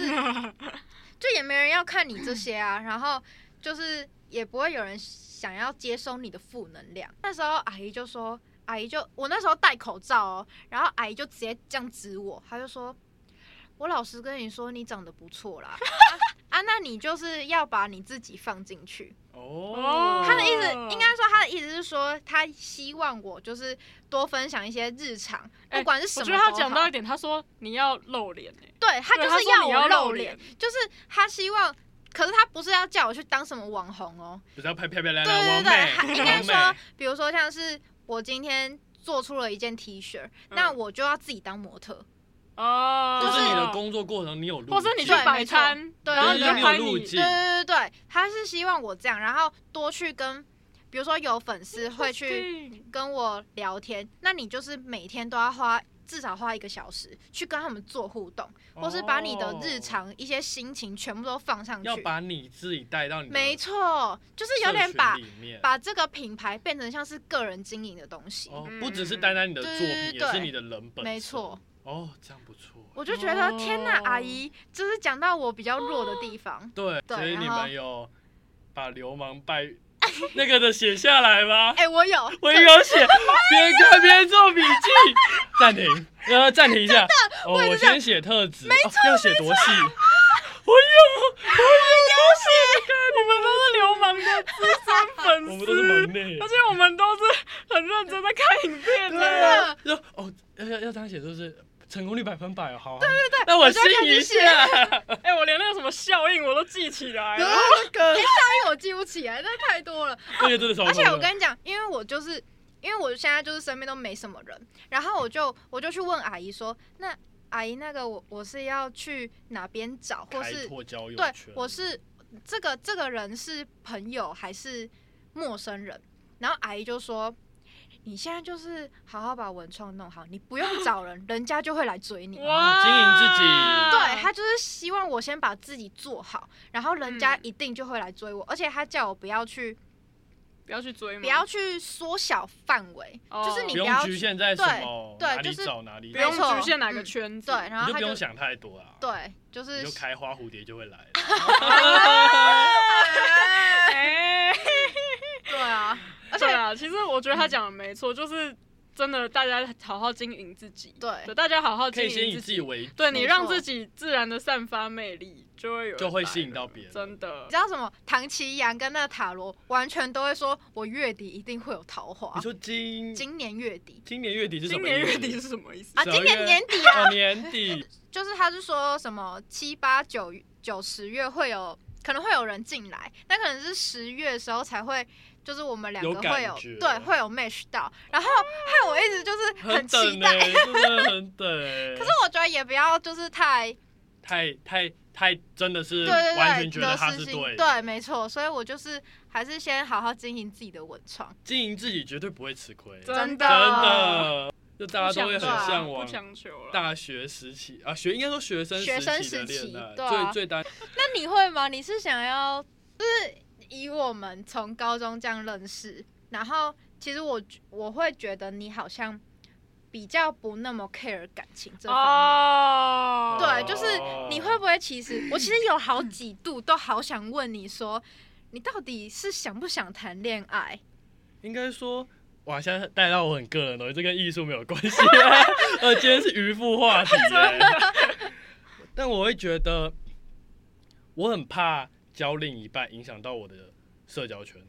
就也没人要看你这些啊，然后就是也不会有人想要接收你的负能量。那时候阿姨就说，阿姨就我那时候戴口罩哦，然后阿姨就直接这样指我，她就说，我老实跟你说，你长得不错啦。 啊啊，那你就是要把你自己放进去。哦，她的意思哦应该说，她的意思是说，她希望我就是多分享一些日常，哎不管是什我么觉都好。得他讲到一点，他说你要露脸、欸、对他对就他是说你我要露露脸脸，就是他希望，可是他不是要叫我去当什么网红哦，不是要拍漂漂亮对亮，对完对， 他啊美，应该完美说，比如说像是我今天做出了一件 T 恤，那嗯我就要自己当模特，哦，就是你的，工作过程，你有录，或是你去对摆没错摊，对然后对，你就就是你有拍路你。对径，对对对，他是希望我这样，然后多去跟，比如说有粉丝会去跟我聊天，那你就是每天都要花。至少花一个小时去跟他们做互动，或是把你的日哦常一些心情全部都放上去。要把你自己带到你的没错，就是有社点群把里面把这个品牌变成像是个人经营的东西。哦，嗯不只是单单你的作对品，对也是对你的人本身，没错哦，这样不错。我就觉得、哦天呐，阿姨，就是讲到我比较弱的地方。对，对所以你然后们有把流氓拜 那个的写下来吗？哎、我有，我也有写，边看边做笔记。 暂停，呃，暂停一下。哦，我先写特质，哦要写多细？我我们都是流氓的资深粉有，丝，我们都是忙内而。且我们都是很认真在看影片对的。啊，就哦，要要要这样写，就是成功率百分百哦。好，对对对，那我我就试开一始写下。哎、我连那个什么效应我都记起来那了。 个，因为我记不起来，那太多了。 那个真的超而且猛我的跟你讲，因为我就是因为我现在就是身边都没什么人，然后我就我就去问阿姨说，那阿姨那个我我是要去哪边找，或开是拓交友对圈，我是这个这个人是朋友还是陌生人？然后阿姨就说：“你现在就是好好把文创弄好，你不用找人，人家就会来追你。”经营自己啊嗯对他就是希望我先把自己做好，然后人家嗯一定就会来追我，而且他叫我不要去，不要去追嘛，不要去缩小范围，就是哦你不不用要局限在什么对对哪里就是找哪里不找，用没错嗯局限哪个圈子。对，然后你就他不就用想太多啊。对，就是你 就开花，蝴蝶就会来。哎、 对啊，而且对啊，其实我觉得他讲的没错，就是真的大家好好经营自己，对大家好好可经以先以营自己为主，对你没让错自己自然的散发魅力，就会有人就会来吸引了到别人真的你知，道什么？唐奇阳跟那个塔罗完全都会说，我月底一定会有桃花你。说今啊今年月底今年月底是什今么年意思？月底是什么意思？啊， 12今年月年底啊，年底就是他是说什么七八九九十月会有可能会有人进来，那可能是十月的时候才会，就是我们两有个会有感觉对会有 match 到，然后害我一直就是很期等待。欸，真的很等欸。可可是我觉得也不要就是太太太太真的是对对完全觉对得得他失是心对的，对没错，所以我就是还是先好好经营自己的文创，经营自己绝对不会吃亏，真真真的的的。就大家都会不很强求啊向往不强求了。大学时期啊，学应该说学生学生时期的时期恋爱，对啊最最单那你会吗？你是想要就是以我们从高中这样认识，然后其实我觉我会觉得你好像比较不那么 care 感情这方面。哦，对，就是你会不会？其 实我其实有好几度都好想问你说，你到底是想不想谈恋爱？应该说，哇，现在带到我很个人的东西，这跟艺术没有关系、 呃，今天是渔夫话题、欸。但我会觉得，我很怕交另一半影响到我的社交圈。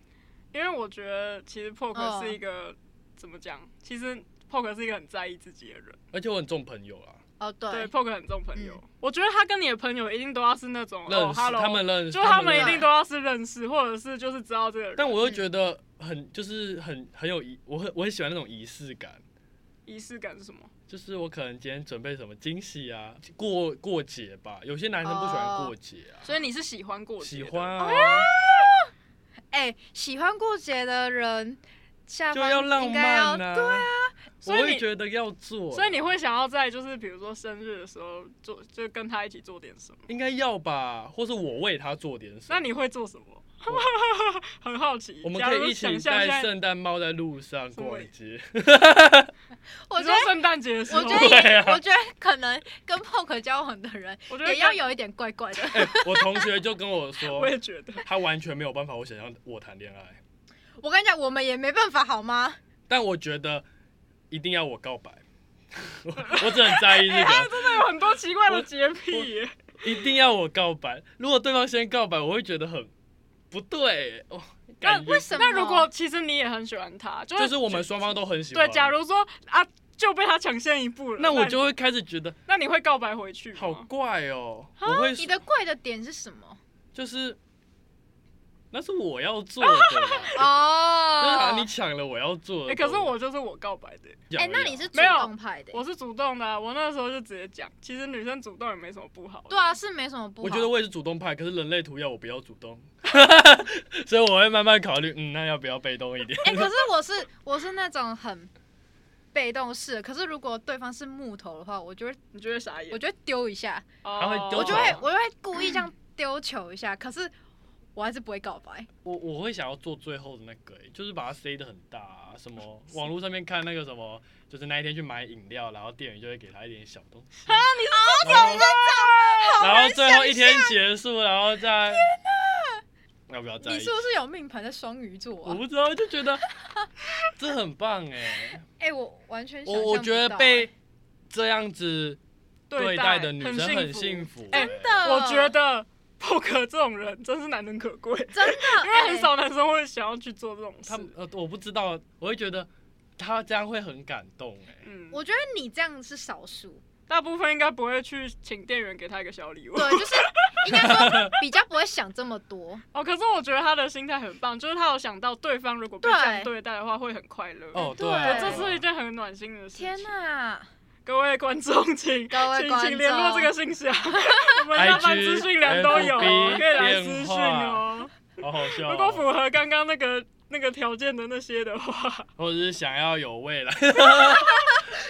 因为我觉得其实 Poke 嗯是一个、怎么讲？其实 Poke 是一个很在意自己的人，而且我很重朋友啊啦，哦，对，嗯对 Poke 很重朋友。我觉得他跟你的朋友一定都要是那种认哦识、 ，Hello，他们认识，就他们认一识定都要是认识，或者是就是知道这个人但我又觉得很就是很很有仪，我很我很喜欢那种仪式感。仪式感是什么？就是我可能今天准备什么惊喜啊，过过节吧。有些男生不喜哦欢过节啊，所以你是喜欢过节喜的欢啊，哎、喜欢过节的人，下就班要浪应该要漫啊。对啊，我所以你会觉得要做，所以你会想要在就是比如说生日的时候做，就跟他一起做点什么？应该要吧，或是我为他做点什那么。你会做什么？ 很好奇。我们假可如以一想起象现戴在圣诞帽在路上逛街，我觉你说得，圣诞节的时候，我觉 得也，啊我觉得可能跟 Poke 交往的人我觉得也要，有一点怪怪的。哎我同学就跟我 说我，也觉得。他完全没有办法我想象我谈恋爱，我跟你讲，我们也没办法好吗？但我觉得一定要我告白， 我我只很在意这哎、他们。个真的有很多奇怪的洁癖耶，一定要我告白。如果对方先告白，我会觉得很不对哦。感觉为什么？那如果其实你也很喜欢他，就是就是我们双方都很喜欢，对，假如说啊就被他抢先一步了，那我就会开始觉得那你会告白回去吗欸好怪哦。我会啊你的怪的点是什 么？就是那是我要 做的啦，就是啊哦，你抢了我要做哎、的东西。可是我就是我告白的，哎、那你是主没有动派的、我是主动的啊、我那时候就直接讲，其实女生主动也没什么不好的。对啊，是没什么不好。我觉得我也是主动派，可是人类图要我不要主 动，所以我会慢慢考虑，嗯，那要不要被动一点？哎、可是我是我是那种很被动式的，可是如果对方是木头的话，我就会你就会傻眼，我就会丢一下，哦他会丢我球啊就会我就会故意这样丢球一下，可是我还是不会告白。 我我会想要做最后的那个、欸，就是把它塞得很大、啊，什么 网络上面看那个什么，就是那一天去买饮料，然后店员就会给他一点小东西。啊，你是这种然后最后一天结束，然后再要不要在你一是起？不是有命盘在双鱼座我啊？不知道，就觉得这很棒哎、 哎、我完全想象我我不觉得到被哎这样子对待待的女生很幸福。福、哎欸真的，我觉得 poker 这种人真是难能可 贵，真的， 因为很哎少男生会想要去做这种他们事。呃，我不知道，我会觉得他这样会很感动哎、嗯，我觉得你这样是少 数，大部分应该不会去请店员给他一个小礼物。对，就是应该说比较不会想这么多。哦，可是我觉得他的心态很棒，就是他有想到对方如果被对这样对待的话会很快乐。哦，对啊这是一件很暖心的事情。天哪、各位观众，请 各位请观请联络众这个信 箱，我们下方 IG 资讯栏都有， FB 可以来私讯哦。好好笑、哦。如果符合刚刚那个那个条件的那些的话，或者是想要有未来，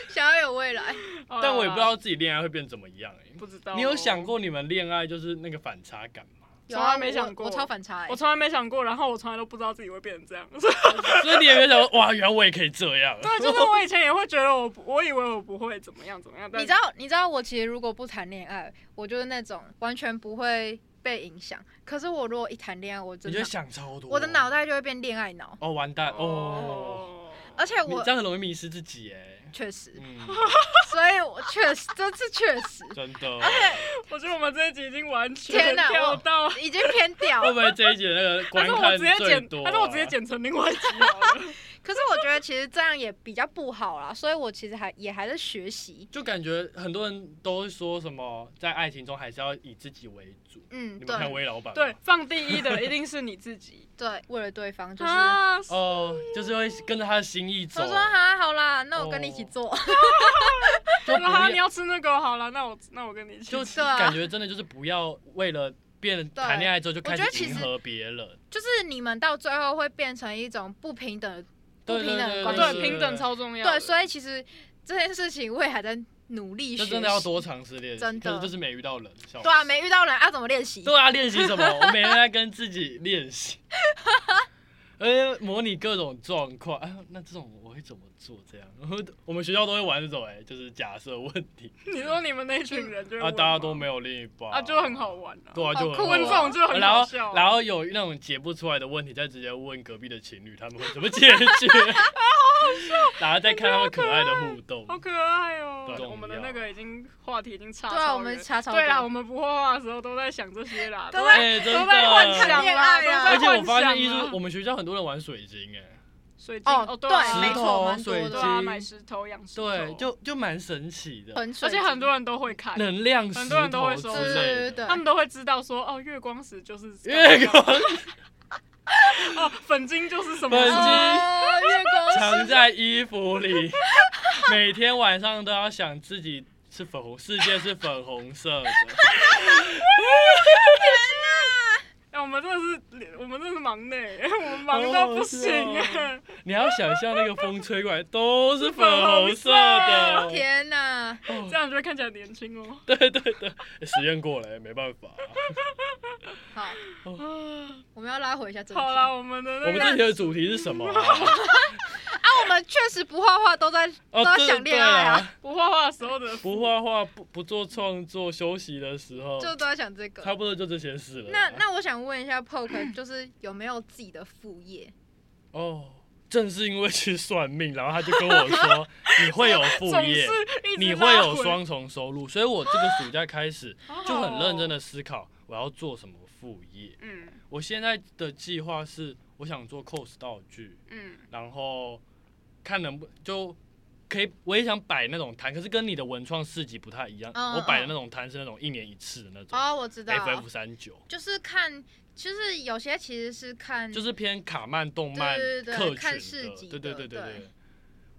想要有未来，好啦 但我也不知，道自己恋爱会变怎么样、欸。啊不知道。你有想？过你们恋爱就是那个反差感吗？有从啊，来没想过我，我超反差、欸，我从来没想过，然后我从来都不知道自己会变成这 样。所以你也没想说，哇，原来我也可以这样。啊对，就是我以前也会觉得我不，我以为我不会怎么样怎么样，但你知道，你知道我其实如果不谈恋爱，我就是那种完全不会被影响。可是我如果一谈恋爱，我你真就的会想超多。我的脑袋就会变恋爱脑，哦，完蛋哦，，而且你我这样很容易迷失自己哎。确实，嗯，所以我确实这次确实真的。我觉得我们这一集已经完全天哪跳我到，已经偏掉会了不。会这一集的 那个但观是我看直接最剪，多、啊？但是我直接。剪成另外一集好了。 可是我觉得其实这样也比较不好啦，所以我其实还也还在学习。就感觉很多人都会说什么，在爱情中还是要以自己为主。嗯，你们看对威老板吗对，放第一的一定是你自己，对，为了对方就是。啊，哦，就是会跟着他的心意走。他说啊，好啦，那我跟你一起哦做。 就就不哈，要你要吃那个好了，那我那我跟你一起就吃是啊感觉真的就是不要为了变得谈恋爱之后就开我觉得始其实迎合别人，就是你们到最后会变成一种不平等的、不对平等的对关哦对系。平等超重要的。对，所以其实这件事情我也还在努力学这习。真的要多尝试练习，真的可是就是没遇到人，笑死对啊，没遇到人要怎么练习？ 对啊，练习什么？我每天在跟自己练习。而且模拟各种状况。哎，那这种我会怎么做？这样， 我们学校都会玩这种、哎，就是假设问题你说你们那群人就是啊，问大家吗都没有另一半啊，就很好玩啊。对啊，就很好好酷哦玩问这种就很然好后笑啊，然后有那种解不出来的问题，再直接问隔壁的情侣，他们会怎么解 决？然后再看他们可爱的互动。好可爱哦、对啊我们的那个已经话题已经差对啊，超我们远差超对啦，多我们不画画的时候都在想这些啦，都都在哎、真都在幻的。想恋啦，爱都啊在幻而且想啊。我发现艺术，我们学校很多人玩水晶、哎，水晶哦哦，对啊没错蛮石头、多的水对啊，买晶，石头养石头，对，就就蛮神奇的。纯水而晶，且很多人都会看，能量石很多人都会头收之集类的对他们都会知道说哦，月光石就是月光哦，粉晶就是什么粉石晶头哦，月光藏在衣服里，每天晚上都要想自己是粉红，世界是粉红色 的。哎、我们真的是，我们真的是忙内， 我们忙到不行哎、你要想象那个风吹过来都是粉红色的，天哪！这样就会看起来年轻哦、对对对，实验过了，没 办法。好，啊我们要拉回一下正题。好啦，我们的哦我那个们这题的主题是什么啊？ 啊，我们确实不画画，都在都哦，在对想恋爱对啊，啊，不画画的时候的不画画，不不做创作，休息的时候，就都在想这差个。不多就这些事了。那那我想问一下 Poke，就是有没有自己的副业？哦，正是因为去算命，然后他就跟我说你会有副 总业是，一直你会有双重收入，所以我这个暑假开始就很认真的，的思考我要做什么副业。嗯我现在的计划是，我想做 cos 道具，嗯然后看能不就可以，我也想摆那种摊，可是跟你的文创市集不太一样。嗯我摆的那种摊是那种一年一次的那种、哦，我知道， FF 三九，就是看，就是有些其实是看，就是偏卡漫动漫嗯对对对客看群市的，集对对的对对对对。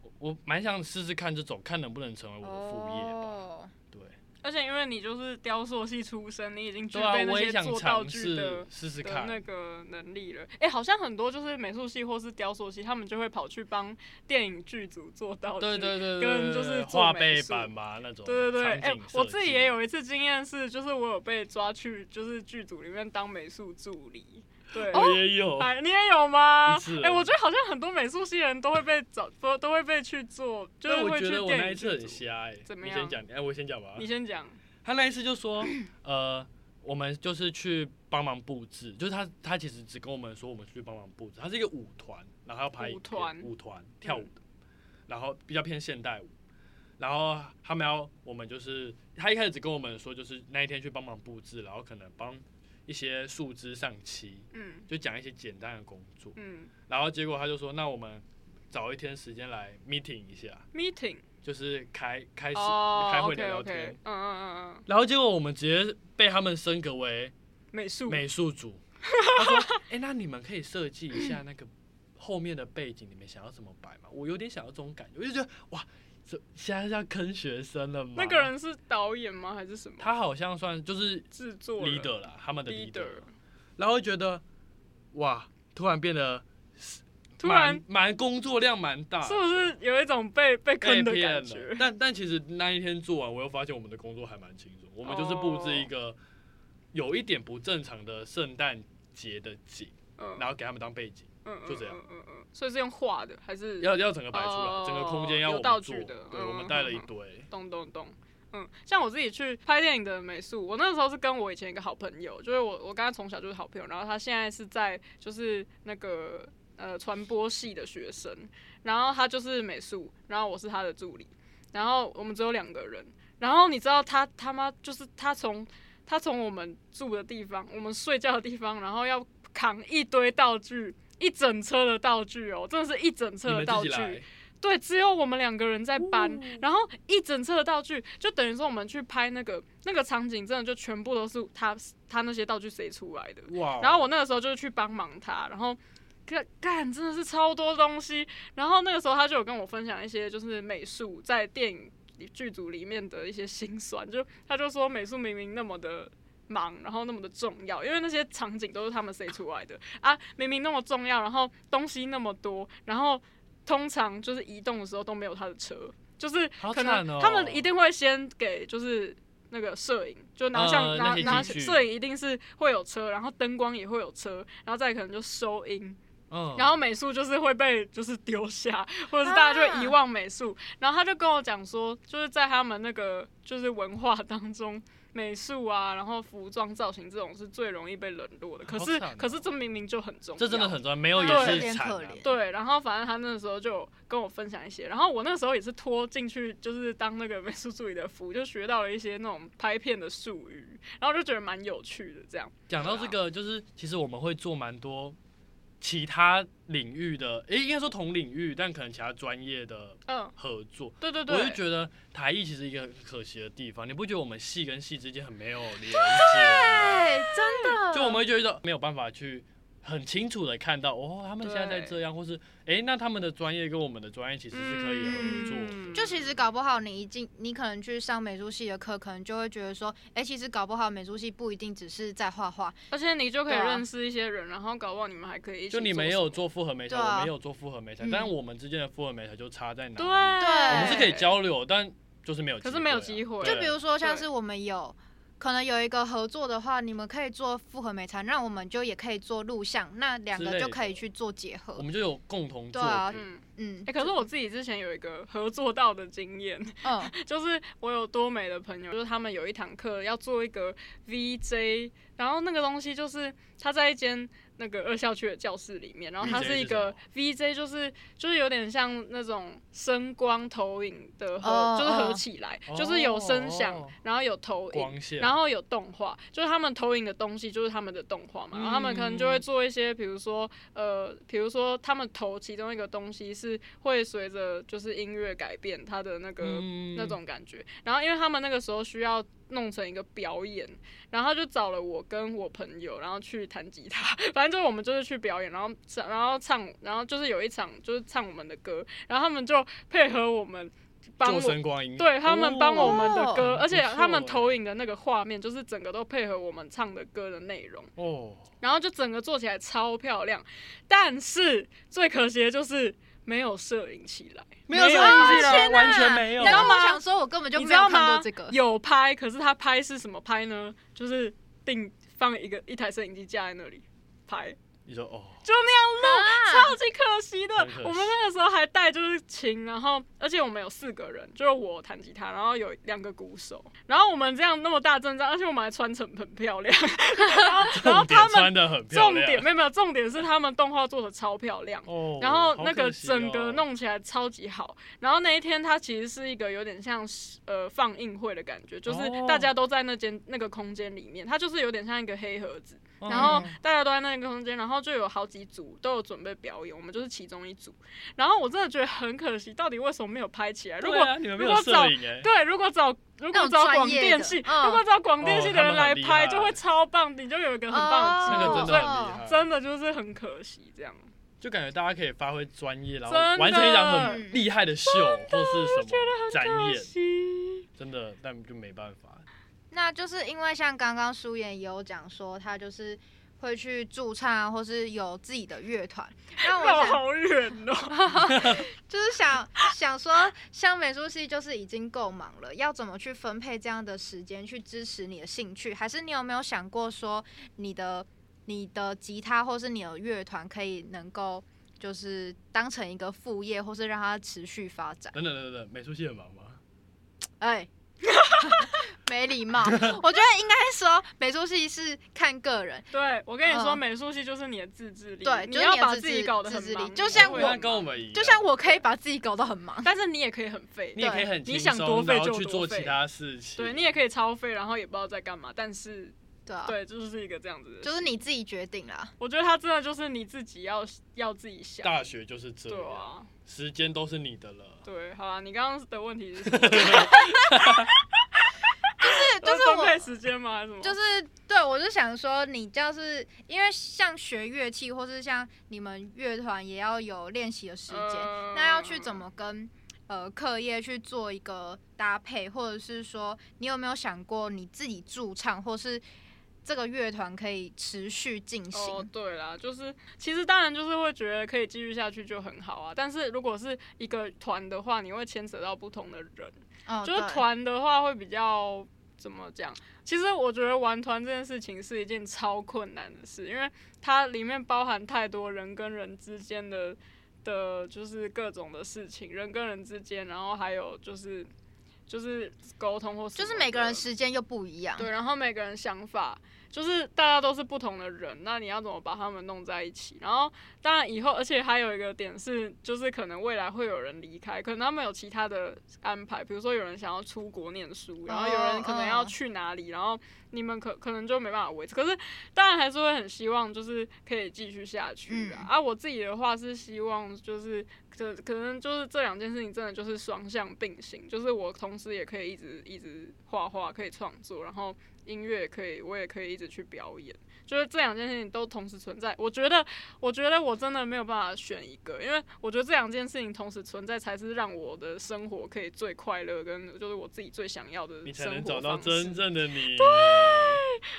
我我蛮想试试看这种，看能不能成为我的副业吧。哦，对，而且因为你就是雕塑系出身，你已经具对啊备，那我也些想做道尝具试的。试试的看。那个能力了，哎、好像很多就是美术系或是雕塑系，他们就会跑去帮电影剧组做道具，对对对，对跟对就是做画美背术板嘛那种。对对对，哎、哎，我自己也。有一次经验是，就是我有被抓去，就是剧组里面当美术助理。对，我也 有，哎，你也有吗一？次啊哎、我觉得好像很多美术系人都会被找， 都都会被去做，就是但我会去觉得我那电一影次剧很组。瞎哎、怎么你样先讲，哎、我先讲吧你。先讲，他那一次就说，呃，我们就是去帮忙布置，就是他他其实只跟我们说我们去帮忙布置，他是一个舞团，然后要拍舞影片团嗯舞团跳舞的，然后比较偏现代舞，然后他们要我们就是他一开始只跟我们说就是那一天去帮忙布置，然后可能帮一些树枝上漆，嗯就讲一些简单的工作，嗯然后结果他就说，那我们找一天时间来 meeting 一下。 ，meeting 就是开开始、哦开会，OK 聊聊 OK，天嗯嗯嗯嗯，然后结果我们直接被他们升格为美术，美术组。他说：“哎、那你们可以设计一下那个后面的背景，你们想要怎么摆吗？我有点想要这种感觉，我就觉得哇，这现在是要坑学生了吗？那个人是导演吗？还是什么？他好像算就是制作人 leader 啦，他们的 leader，然后觉得哇，突然变得突然蛮蛮工作量蛮大的，是不是有一种被被被坑的骗感了觉？。但但其实那一天做完，我又发现我们的工作还蛮轻松，我们就是哦布置一个有一点不正常的圣诞节的景，嗯然后给他们当背景，嗯嗯就这样嗯嗯嗯，所以是用画的还是要要整个摆出哦来，整个空间要我有道们具做。的对，嗯我们带了一堆。懂懂懂。嗯，像我自己去拍电影的美术，我那时候是跟我以前一个好朋友，就是我我跟他从小就是好朋友，然后他现在是在就是那个呃传播系的学生，然后他就是美术，然后我是他的助理，然后我们只有两个人，然后你知道他他妈就是他从他从我们住的地方，我们睡觉的地方，然后要扛一堆道具，一整车的道具哦，真的是一整你车的们道自具己，来，对，只有我们两个人在搬，然后一整车的道具，就等于说我们去拍那个那个场景，真的就全部都是他他那些道具谁出来的。哇！然后我那个时候就是去帮忙他，然后干干真的是超多东西。然后那个时候他就有跟我分享一些就是美术在电影里剧组里面的一些辛酸，就他就说美术明明那么的。忙，然后那么的重要，因为那些场景都是他们塞出来的啊，明明那么重要，然后东西那么多，然后通常就是移动的时候都没有他的车，就是好可能惨哦他们一定会先给就是那个摄影，就拿像、呃拿那些拿器具摄影一定是会有车，然后灯光也会有车，然后再可能就收音，嗯，然后美术就是会被就是丢下， 或者是大家就会遗忘美术。然后他就跟我讲说，就是在他们那个就是文化当中，美术啊，然后服装造型这种是最容易被冷落的。可好是、惨哦可是这明明就很重要，这真的很重要，没有对也有是点惨、啊可怜。对，然后反正他那时候就有跟我分享一些，然后我那时候也是拖进去，就是当那个美术助理的服，就学到了一些那种拍片的术语，然后就觉得蛮有趣的这样。讲到这啊个，就是其实我们会做蛮多其他领域的，诶、应该说同领域，但可能其他专业的嗯，合作。对对对，我就觉得台艺其实一个很可惜的地方，你不觉得我们系跟系之间很没有连接？哎，真的，就我们会觉得没有办法去很清楚的看到，哦，他们现在在这样，或是诶，那他们的专业跟我们的专业其实是可以啊嗯合作的。就其实搞不好你一进，你可能去上美术系的课，可能就会觉得说，哎、其实搞不好美术系不一定只是在画画，而且你就可以对啊认识一些人，然后搞不好你们还可以一起就你没没有做复合媒材，对啊我没有做复合媒材，嗯但是我们之间的复合媒材就差在哪里？对，我我我们是可以，交流，但就是没有机会啊。可是没有机会对就比如说像对是我们有。可能有一个合作的话，你们可以做复合美餐，那我们就也可以做录像，那两之个类就的可以去做结合我。们就有共同对作啊品，嗯，嗯哎、可是我自己之前有一个合作到的经验，嗯，就是我有多美的朋友，就是他们有一堂课要做一个 VJ，然后那个东西就是他在一间那个二校区的教室里面，然后它 VJ 是一是什个么 VJ，就是就是有点像那种声光投影的合哦就是合起来哦就是有声响哦然后有投影，光线，然后有动画，就是他们投影的东西就是他们的动画嘛，然后他们可能就嗯会做一些，比如说呃，比如说他们投其中一个东西是会随着就是音乐改变它的那个、嗯那种感觉，然后因为他们那个时候需要弄成一个表演，然后就找了我跟我朋友，然后去弹吉他， 反正就是我们就是去表演，然后唱，然后唱，然后就是有一场就是唱我们的歌，然后他们就配合我们。帮做我声光音，对他们帮我们的歌，哦而且他们不错欸投影的那个画面，就是整个都配合我们唱的歌的内容，哦，然后就整个做起来超漂亮。但是最可惜的就是没有摄影起来，没有摄啊影机了，完全没有然后吗我想说，我根本就你知没有道看吗过这个？。有拍，可是他拍是什么拍呢？就是定放一个一台摄影机架在那里拍。你说哦，就啊那样录，超级可惜的很可惜。我们那个时候还带就是琴，然后而且我们有四个人，就是我弹吉他，然后有两个鼓手，然后我们这样那么大阵仗，而且我们还穿成很漂亮，然后重点他们穿的很漂重亮，点没有没有重点是他们动画做的超漂亮。哦，然后好那可个惜整哦个弄起来超级好，然后那一天它其实是一个有点像是呃放映会的感觉，就是哦大家都在那间那个空间里面，它就是有点像一个黑盒子，然后嗯大家都在那个空间，然后就有好几组都有准备表演，我们就是其中一组。然后我真的觉得很可惜，到底为什么没有拍起来？如对果、啊你们没如有果摄找影哎，对，如果找如那果种找专广业电的系，嗯如果找广电哦系他的们人来很厉拍，害就会超棒，你就有一个很棒那的个记真录。的所以很厉害，真的就是很可惜，这样就感觉大家可以发挥专业，然后真的完成一场很厉害的秀或是什么展可演，惜。真的，但就没办法，那就是因为像刚刚舒妍也有讲说，她就是会去驻唱啊，或是有自己的乐团。那我绕想好远哦，就是想想说，像美术系就是已经够忙了，要怎么去分配这样的时间去支持你的兴趣？还是你有没有想过说，你的你的吉他或是你的乐团可以能够就是当成一个副业，或是让它持续发展？等等等等，美术系很忙吗？哎、 没礼貌，我觉得应该说美术系是看个人，对我跟你说，嗯美术系就是你的自制力，对你就是要你的把自自己制搞得自很制力忙，就你像会我那很跟我忙们一样，就像我可以把自己搞得很忙，但是你也可以很废你，也可以对很你轻想松多废然后就去多做废其他事情，对你也可以超废，然后也不知道在干嘛，但是对啊，对，就是一个这样子的事，就是你自己决定啦。我觉得他真的就是你自己要要自己想。大学就是这对样，啊，时间都是你的了。对，好啊。你刚刚的问题是什 么？对， 就是分我配时间吗？还是什么？就是对，我就想说，你就是因为像学乐器，或是像你们乐团也要有练习的时间，嗯那要去怎么跟呃课业去做一个搭配，或者是说，你有没有想过你自己驻唱，或是这个乐团可以持续进行？哦，对啦，就是其实当然就是会觉得可以继续下去就很好啊。但是如果是一个团的话，你会牵扯到不同的人，哦就是对团的话会比较怎么讲？其实我觉得玩团这件事情是一件超困难的事，因为它里面包含太多人跟人之间的的，就是各种的事情，人跟人之间，然后还有就是就是沟通或什就是么每个人的时间又不一样。对，然后每个人想法就是大家都是不同的人，那你要怎么把他们弄在一起？然后当然以后，而且还有一个点是，就是可能未来会有人离开，可能他们有其他的安排，比如说有人想要出国念书，然后有人可能要嗯去哪里，然后你们可可能就没办法维持。可是 当然还是会很希望就是可以继续下去啊。嗯啊，我自己的话是希望就是可可能就是这两件事情真的就是双向并行，就是我同时也可以一直一直画画，可以创作，然后音乐也可以，我也可以一直去表演，就是这两件事情都同时存在。我觉得，我觉得我真的没有办法选一个，因为我觉得这两件事情同时存在才是让我的生活可以最快乐，跟就是我自己最想要的你才生能活找到方真式。正的你。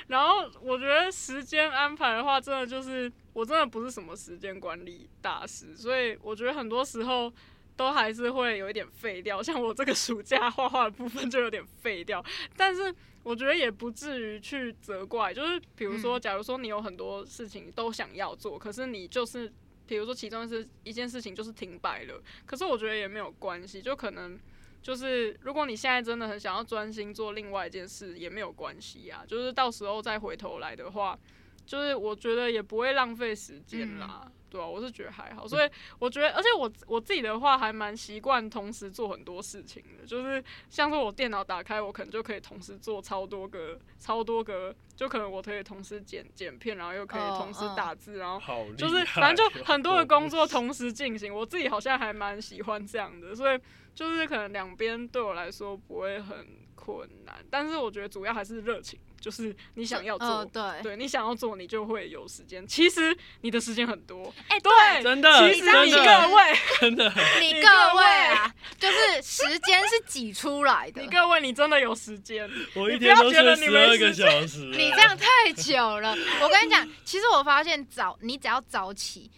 然后我觉得时间安排的话，真的就是我真的不是什么时间管理大师，所以我觉得很多时候都还是会有一点废掉。像我这个暑假画画的部分就有点废掉，但是我觉得也不至于去责怪。就是比如说，嗯假如说你有很多事情都想要做，可是你就是。比如说，其中是一件事情就是停摆了，可是我觉得也没有关系，就可能就是如果你现在真的很想要专心做另外一件事，也没有关系啊。就是到时候再回头来的话，就是我觉得也不会浪费时间啦。嗯对啊，我是觉得还好，所以我觉得，而且我我自己的话还蛮习惯同时做很多事情的，就是像是我电脑打开，我可能就可以同时做超多个、超多个，就可能我可以同时剪剪片，然后又可以哦同时嗯打字，然后好厉害哦，就是反正就很多的工作我不同时进行，我自己好像还蛮喜欢这样的，所以就是可能两边对我来说不会很困难，但是我觉得主要还是热情，就是你想要做，嗯对，对你想要做，你就会有时间。其实你的时间很多，哎对， 真的其实真你各的位， 真的，你你各各位啊，就是时间是挤出来的你。各位，你啊真的有时间，我一你不天要都觉得睡你十没二时个间小时。啊你这样太久了，我跟你讲，其实我发现早，你只要早起，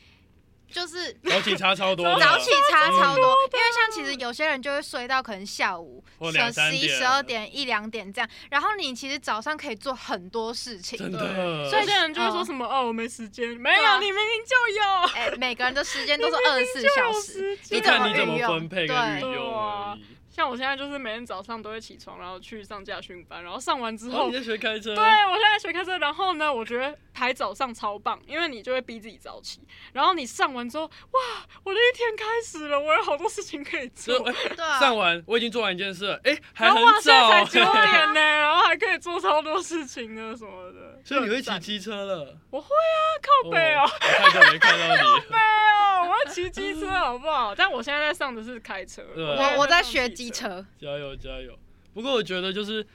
就是早起差超多的， 早起差超多，因为像其实有些人就会睡到可能下午或两十三十点一、十二点、一两点这样，然后你其实早上可以做很多事嗯真情。的。所以以有些人就会说嗯什么哦，我没时间，没对啊有，你明明就哎、每个人的时间都是二十四有，小有时，时间就你怎看么你怎么运用分配跟对运用而已。像我现在就是每天早上都会起床，然后去上驾训班，然后上完之哦，后，你在学开车？对啊我现在学开车，然后呢，我觉得排早上超棒，因为你就会逼自己早起，然后你上完之后，哇，我的一天开始了，我有好多事情可以就 做，哎对啊，上完我已经做完一件事了，哎，还然很后哇，现早在才哎。九点 呢，然后还可以做超多事情呢什么的，所以你就 很会骑赞机车了？我会啊，靠背哦我。太久没看到你。没有，我要骑机车好不 好？但我现在在上的是开车，对我我在学机机，车，加油加油！不过我觉得就是，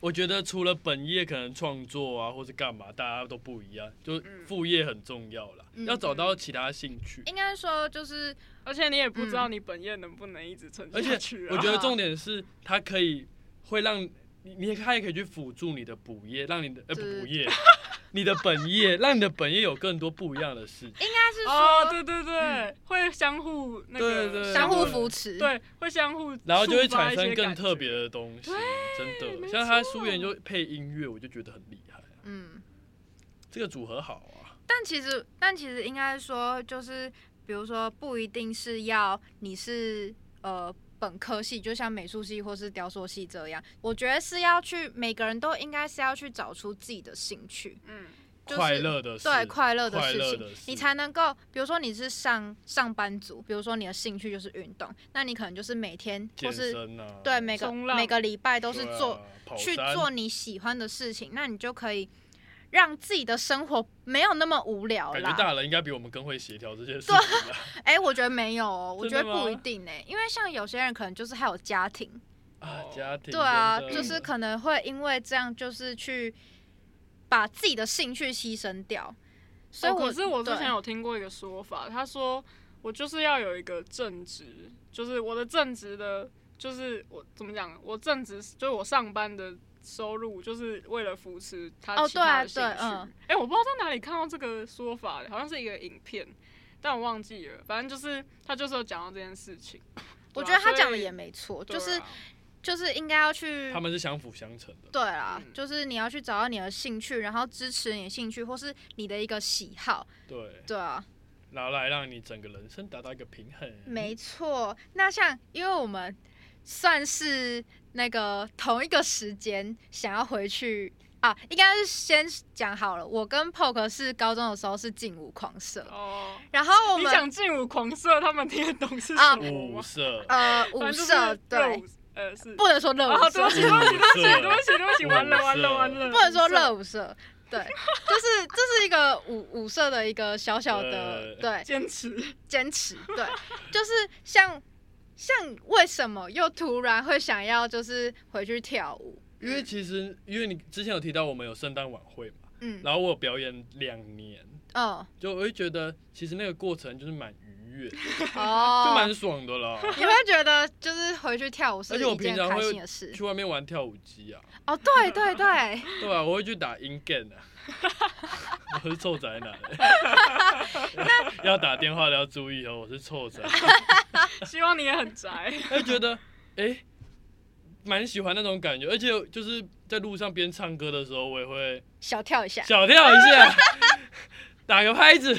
我觉得除了本业可能创作啊，或是干嘛，大家都不一样，就嗯副业很重要啦，嗯哎要找到其他兴趣。应该说就是而且你也不知道你本业能不能一直撑嗯而下且去啊。我觉得重点是它可以会让你，你它也可以去辅助你的补业，让你的呃不对补业， 你的本业，让你的本业有更多不一样的事情。应该是啊哦，说对对对，嗯会相互那对个对相互扶持，，对，会相互，然后就会产生更特别。的东西，真的。没像他错书研就配音乐，我就觉得很厉害、啊，嗯。这个组合好啊。但其实，但其实应该说，就是比如说，不一定是要你是呃本科系，就像美术系或是雕塑系这样。我觉得是要去，每个人都应该是要去找出自己的兴趣，嗯，就是快乐的事，对快乐的快事乐情，的事你才能够，比如说你是上上班族，比如说你的兴趣就是运动，那你可能就是每天或健是身啊，对每个冲浪每个礼拜都是对啊做、跑去山做你喜欢的事情，那你就可以让自己的生活没有那么无聊感啦觉。大人应该比我们更会协调这些事情啊哎、我觉得没有哦，我觉真得的吗不一定呢、因为像有些人可能就是还有家庭，啊，家庭嗯对啊，真的就是可能会因为这样就是去把自己的兴趣牺牲掉，所以哦我、可是我之对前有听过一个说法，他说我就是要有一个正职，就是我的正职的，就是我怎么讲，我正职就是我上班的。收入就是为了扶持他哦其他的对兴趣。啊哎、对嗯我不知道在哪里看到这个说法，好像是一个影片，但我忘记了。反正就是他就是有讲到这件事情。我对觉得啊他所讲的以也没错，对就是啊就是应该要去他们是相辅相成的。对啦，嗯就是你要去找到你的兴趣，然后支持你的兴趣或是你的一个喜好，对，对啊，然后来让你整个人生达到一个平嗯衡。没错。那像因为我们算是那个同一个时间想要回去啊，应该是先讲好了，我跟 Poke 是高中的时候是劲舞狂社，哦，然后我你们讲劲舞狂社，他们听得懂是啊什么五吗？色， 呃舞反正就是社热对舞，，呃是。不能说热哦舞对社不起，对五不起，对不色，起，对不起，完了完了完了，不能说热舞舞社， 对，就是这是一个舞舞社的一个小小的呃对社坚持，坚持， 对，就是像像为什么又突然会想要就是回去跳舞？因为其实因为你之前有提到我们有圣诞晚会嘛，嗯然后我有表演两年，嗯就我会觉得其实那个过程就是蛮愉悦的，就哦，蛮爽的啦。你会觉得就是回去跳舞是而且我一平件常开会心的事去外面玩跳舞机啊，哦，对对对，对啊，我会去打 in game 啊，我是臭宅男、那 要打电话的要注意哦，我是臭宅，希望你也很宅。就觉得哎，诶蛮、喜欢那种感觉，而且就是在路上边唱歌的时候，我也会小跳一下，小跳一下，打个拍子，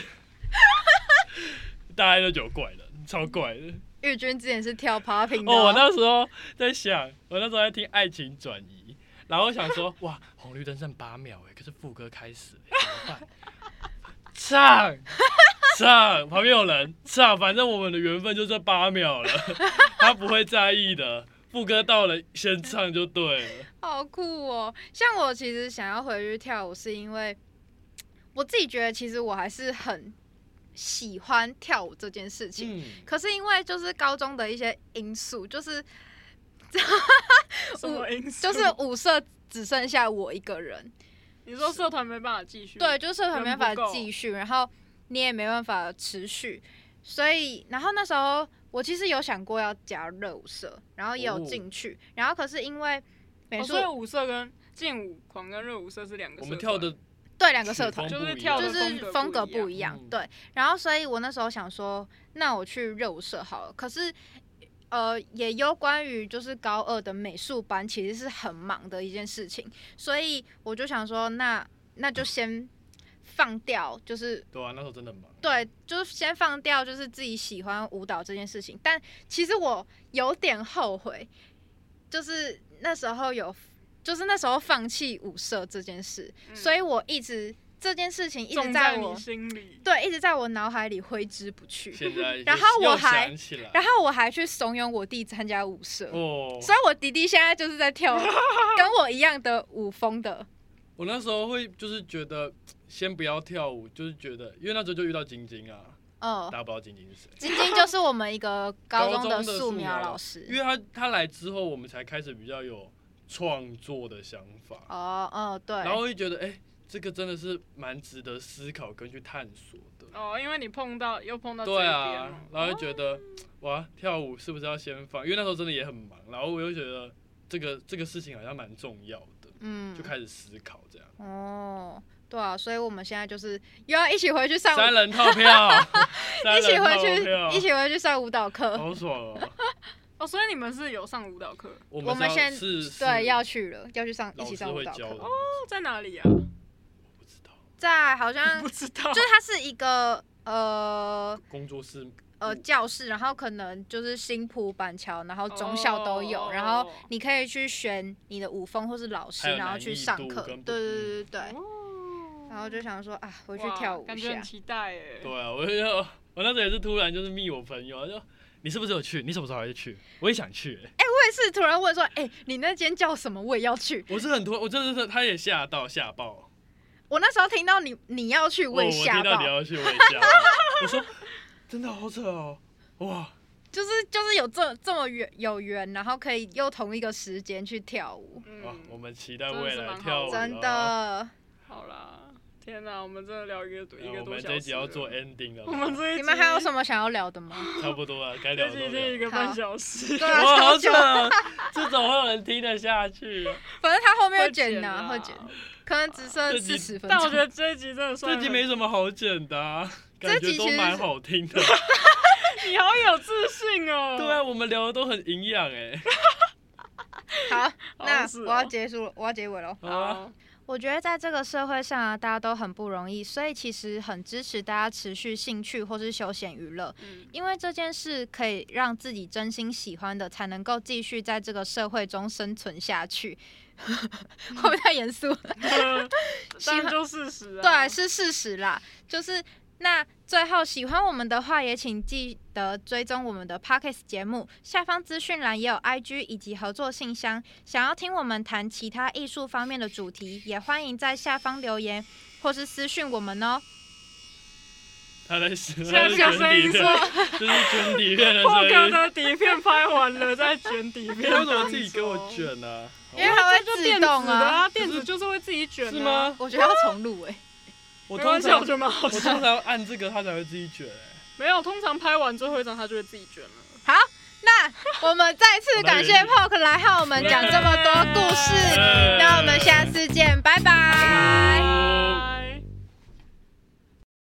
大家都觉得我怪人，超怪的。玉君之前是跳 popping 的哦，我那时候在想，我那时候在听《爱情转移》，然后我想 说，哇，红绿灯剩八秒哎，可是副歌开始哎，怎么办？唱唱，旁边有人唱，反正我们的缘分就这八 秒了，他不会在意的。副歌到了，先唱就对了。好酷哦！像我其实想要回去跳舞，是因为我自己觉得其实我还是很喜欢跳舞这件事情。嗯，可是因为就是高中的一些因素，就是什么因素？就是舞社只剩下我一个人，你说社团没办法继续，对，，就是社团没人办不法够继续，然后你也没办法持续，所以然后那时候我其实有想过要加热舞社，然后也有哦进去，然后可是因为美哦、术、所以舞社跟劲舞狂跟热舞社是两个我社团，们跳的对两个社团曲风就不一是样跳的就是风格不不一样。一样嗯，对。然后，所以我那时候想说，那我去热舞社好了。可是，呃，也有关于就是高二的美术班，其实是很忙的一件事情，所以我就想说，那那就先放掉，就是对啊，那时候真的很忙。对，就是先放掉，就是自己喜欢舞蹈这件事情。但其实我有点后悔，就是那时候有，就是那时候放弃舞社这件事，嗯所以我一直这件事情一直种在我你心里，对，一直在我脑海里挥之不去。现在然后我又还想起来，然后我还去怂恿我弟参加舞社，哦，所以我弟弟现在就是在 跳跟我一样的舞风的。我那时候会就是觉得先不要跳舞，就是觉得因为那时候就遇到晶晶啊，嗯大，家不知道晶晶是谁，晶晶就是我们一个高中高中的素素描描老老因师。为她她来之后，我们才开始比较有创作的想法，哦，嗯，对，然后会觉得哎、这个真的是蛮值得思考跟去探索的，哦，因为你碰到又哦碰到这一对边啊了，然后就觉得、哇，跳舞是不是要先放？因为那时候真的也很忙，然后我又觉得这个这个事情好像蛮重要的，嗯就，开始思考这样，哦，对啊，所以我们现在就是又要一起回去上，三人套票，三 一起人回套票去，一起回去上舞蹈课。好爽哦。哦，所以你们是有上舞蹈课哦，我我们们是现在是是对要去了，要去上一老起师上舞会蹈教的课，吗，在哪里啊？我不知道在好像不知道，就是它是一个呃工作室呃嗯教室，然后可能就是新浦板桥，然后中校都有，哦然后你可以去选你的舞风或是老还师，有然后难易去上度课。对跟不嗯对对对对。哦然后就想说啊，回去哇跳舞感一觉很下。期待哎。对啊，我就我那时候也是突然就是密我朋友，他说你是不是有去？你什么时候还会去？我也想去、欸我也是突然问说，哎、你那间叫什么？我也要去。我是很突，我真的是他也吓到吓爆，我那时候听到你你要去，我哦也我吓听到到你，要去，我也吓到， 我说真的好扯哦，哇，就是就是有这这么远有缘，然后可以又同一个时间去跳舞，哇，我嗯，们期待真的未是来蛮好跳舞、哦真，的。好啦，天哪，我们真的聊一个多一那个我多们小时这了。一集要做 ending 了，我们这一集你们还有什么想要聊的吗？ 差不多了，该聊这的集都已经一聊。个半小时对， 啊，哇，好超扯久。，这种会有人听得下 去啊？反正他后面会啊会剪啊呐、呐，会剪，可能只剩这集四十分钟。但我觉得这一集真的算这集没什么好剪的、啊，感这觉集都其实蛮是好 听的。你好有自信哦。 啊欸对啊，我们聊的都很营养哎。 好，好那像是我要哦结束了，我要结尾喽。啊好，我觉得在这个社会上啊，大家都很不容易，所以其实很支持大家持续兴趣或是休闲娱乐，嗯因为这件事可以让自己真心喜欢的，才能够继续在这个社会中生存下去。嗯 会不会太严肃？ 当然就事实嗯啊。对，是事实啦。就是那最后喜欢我们的话，也请记得追踪我们的 Pockets 节目，下方资讯栏也有 IG 以及合作信箱。想要听我们谈其他艺术方面的主题，也欢迎在下方留言或是私讯我们哦。他在现在这个声音是这是卷底片的破声哥音。的底片拍完了，再卷底你片。 为什么自己给我？卷啊呢、因为它会就自电子的动啊，啊，电子就是会自己卷、啊。是？吗？我觉得要重录哎、我没通关系，我常觉得蛮好我通笑常的。要按这个，他才会自己卷、欸。没有，通常拍完最后一张他就会自己卷了。那我们再次感谢 Poke 哎来和我们讲这么多故事，那我们下次见，拜拜哦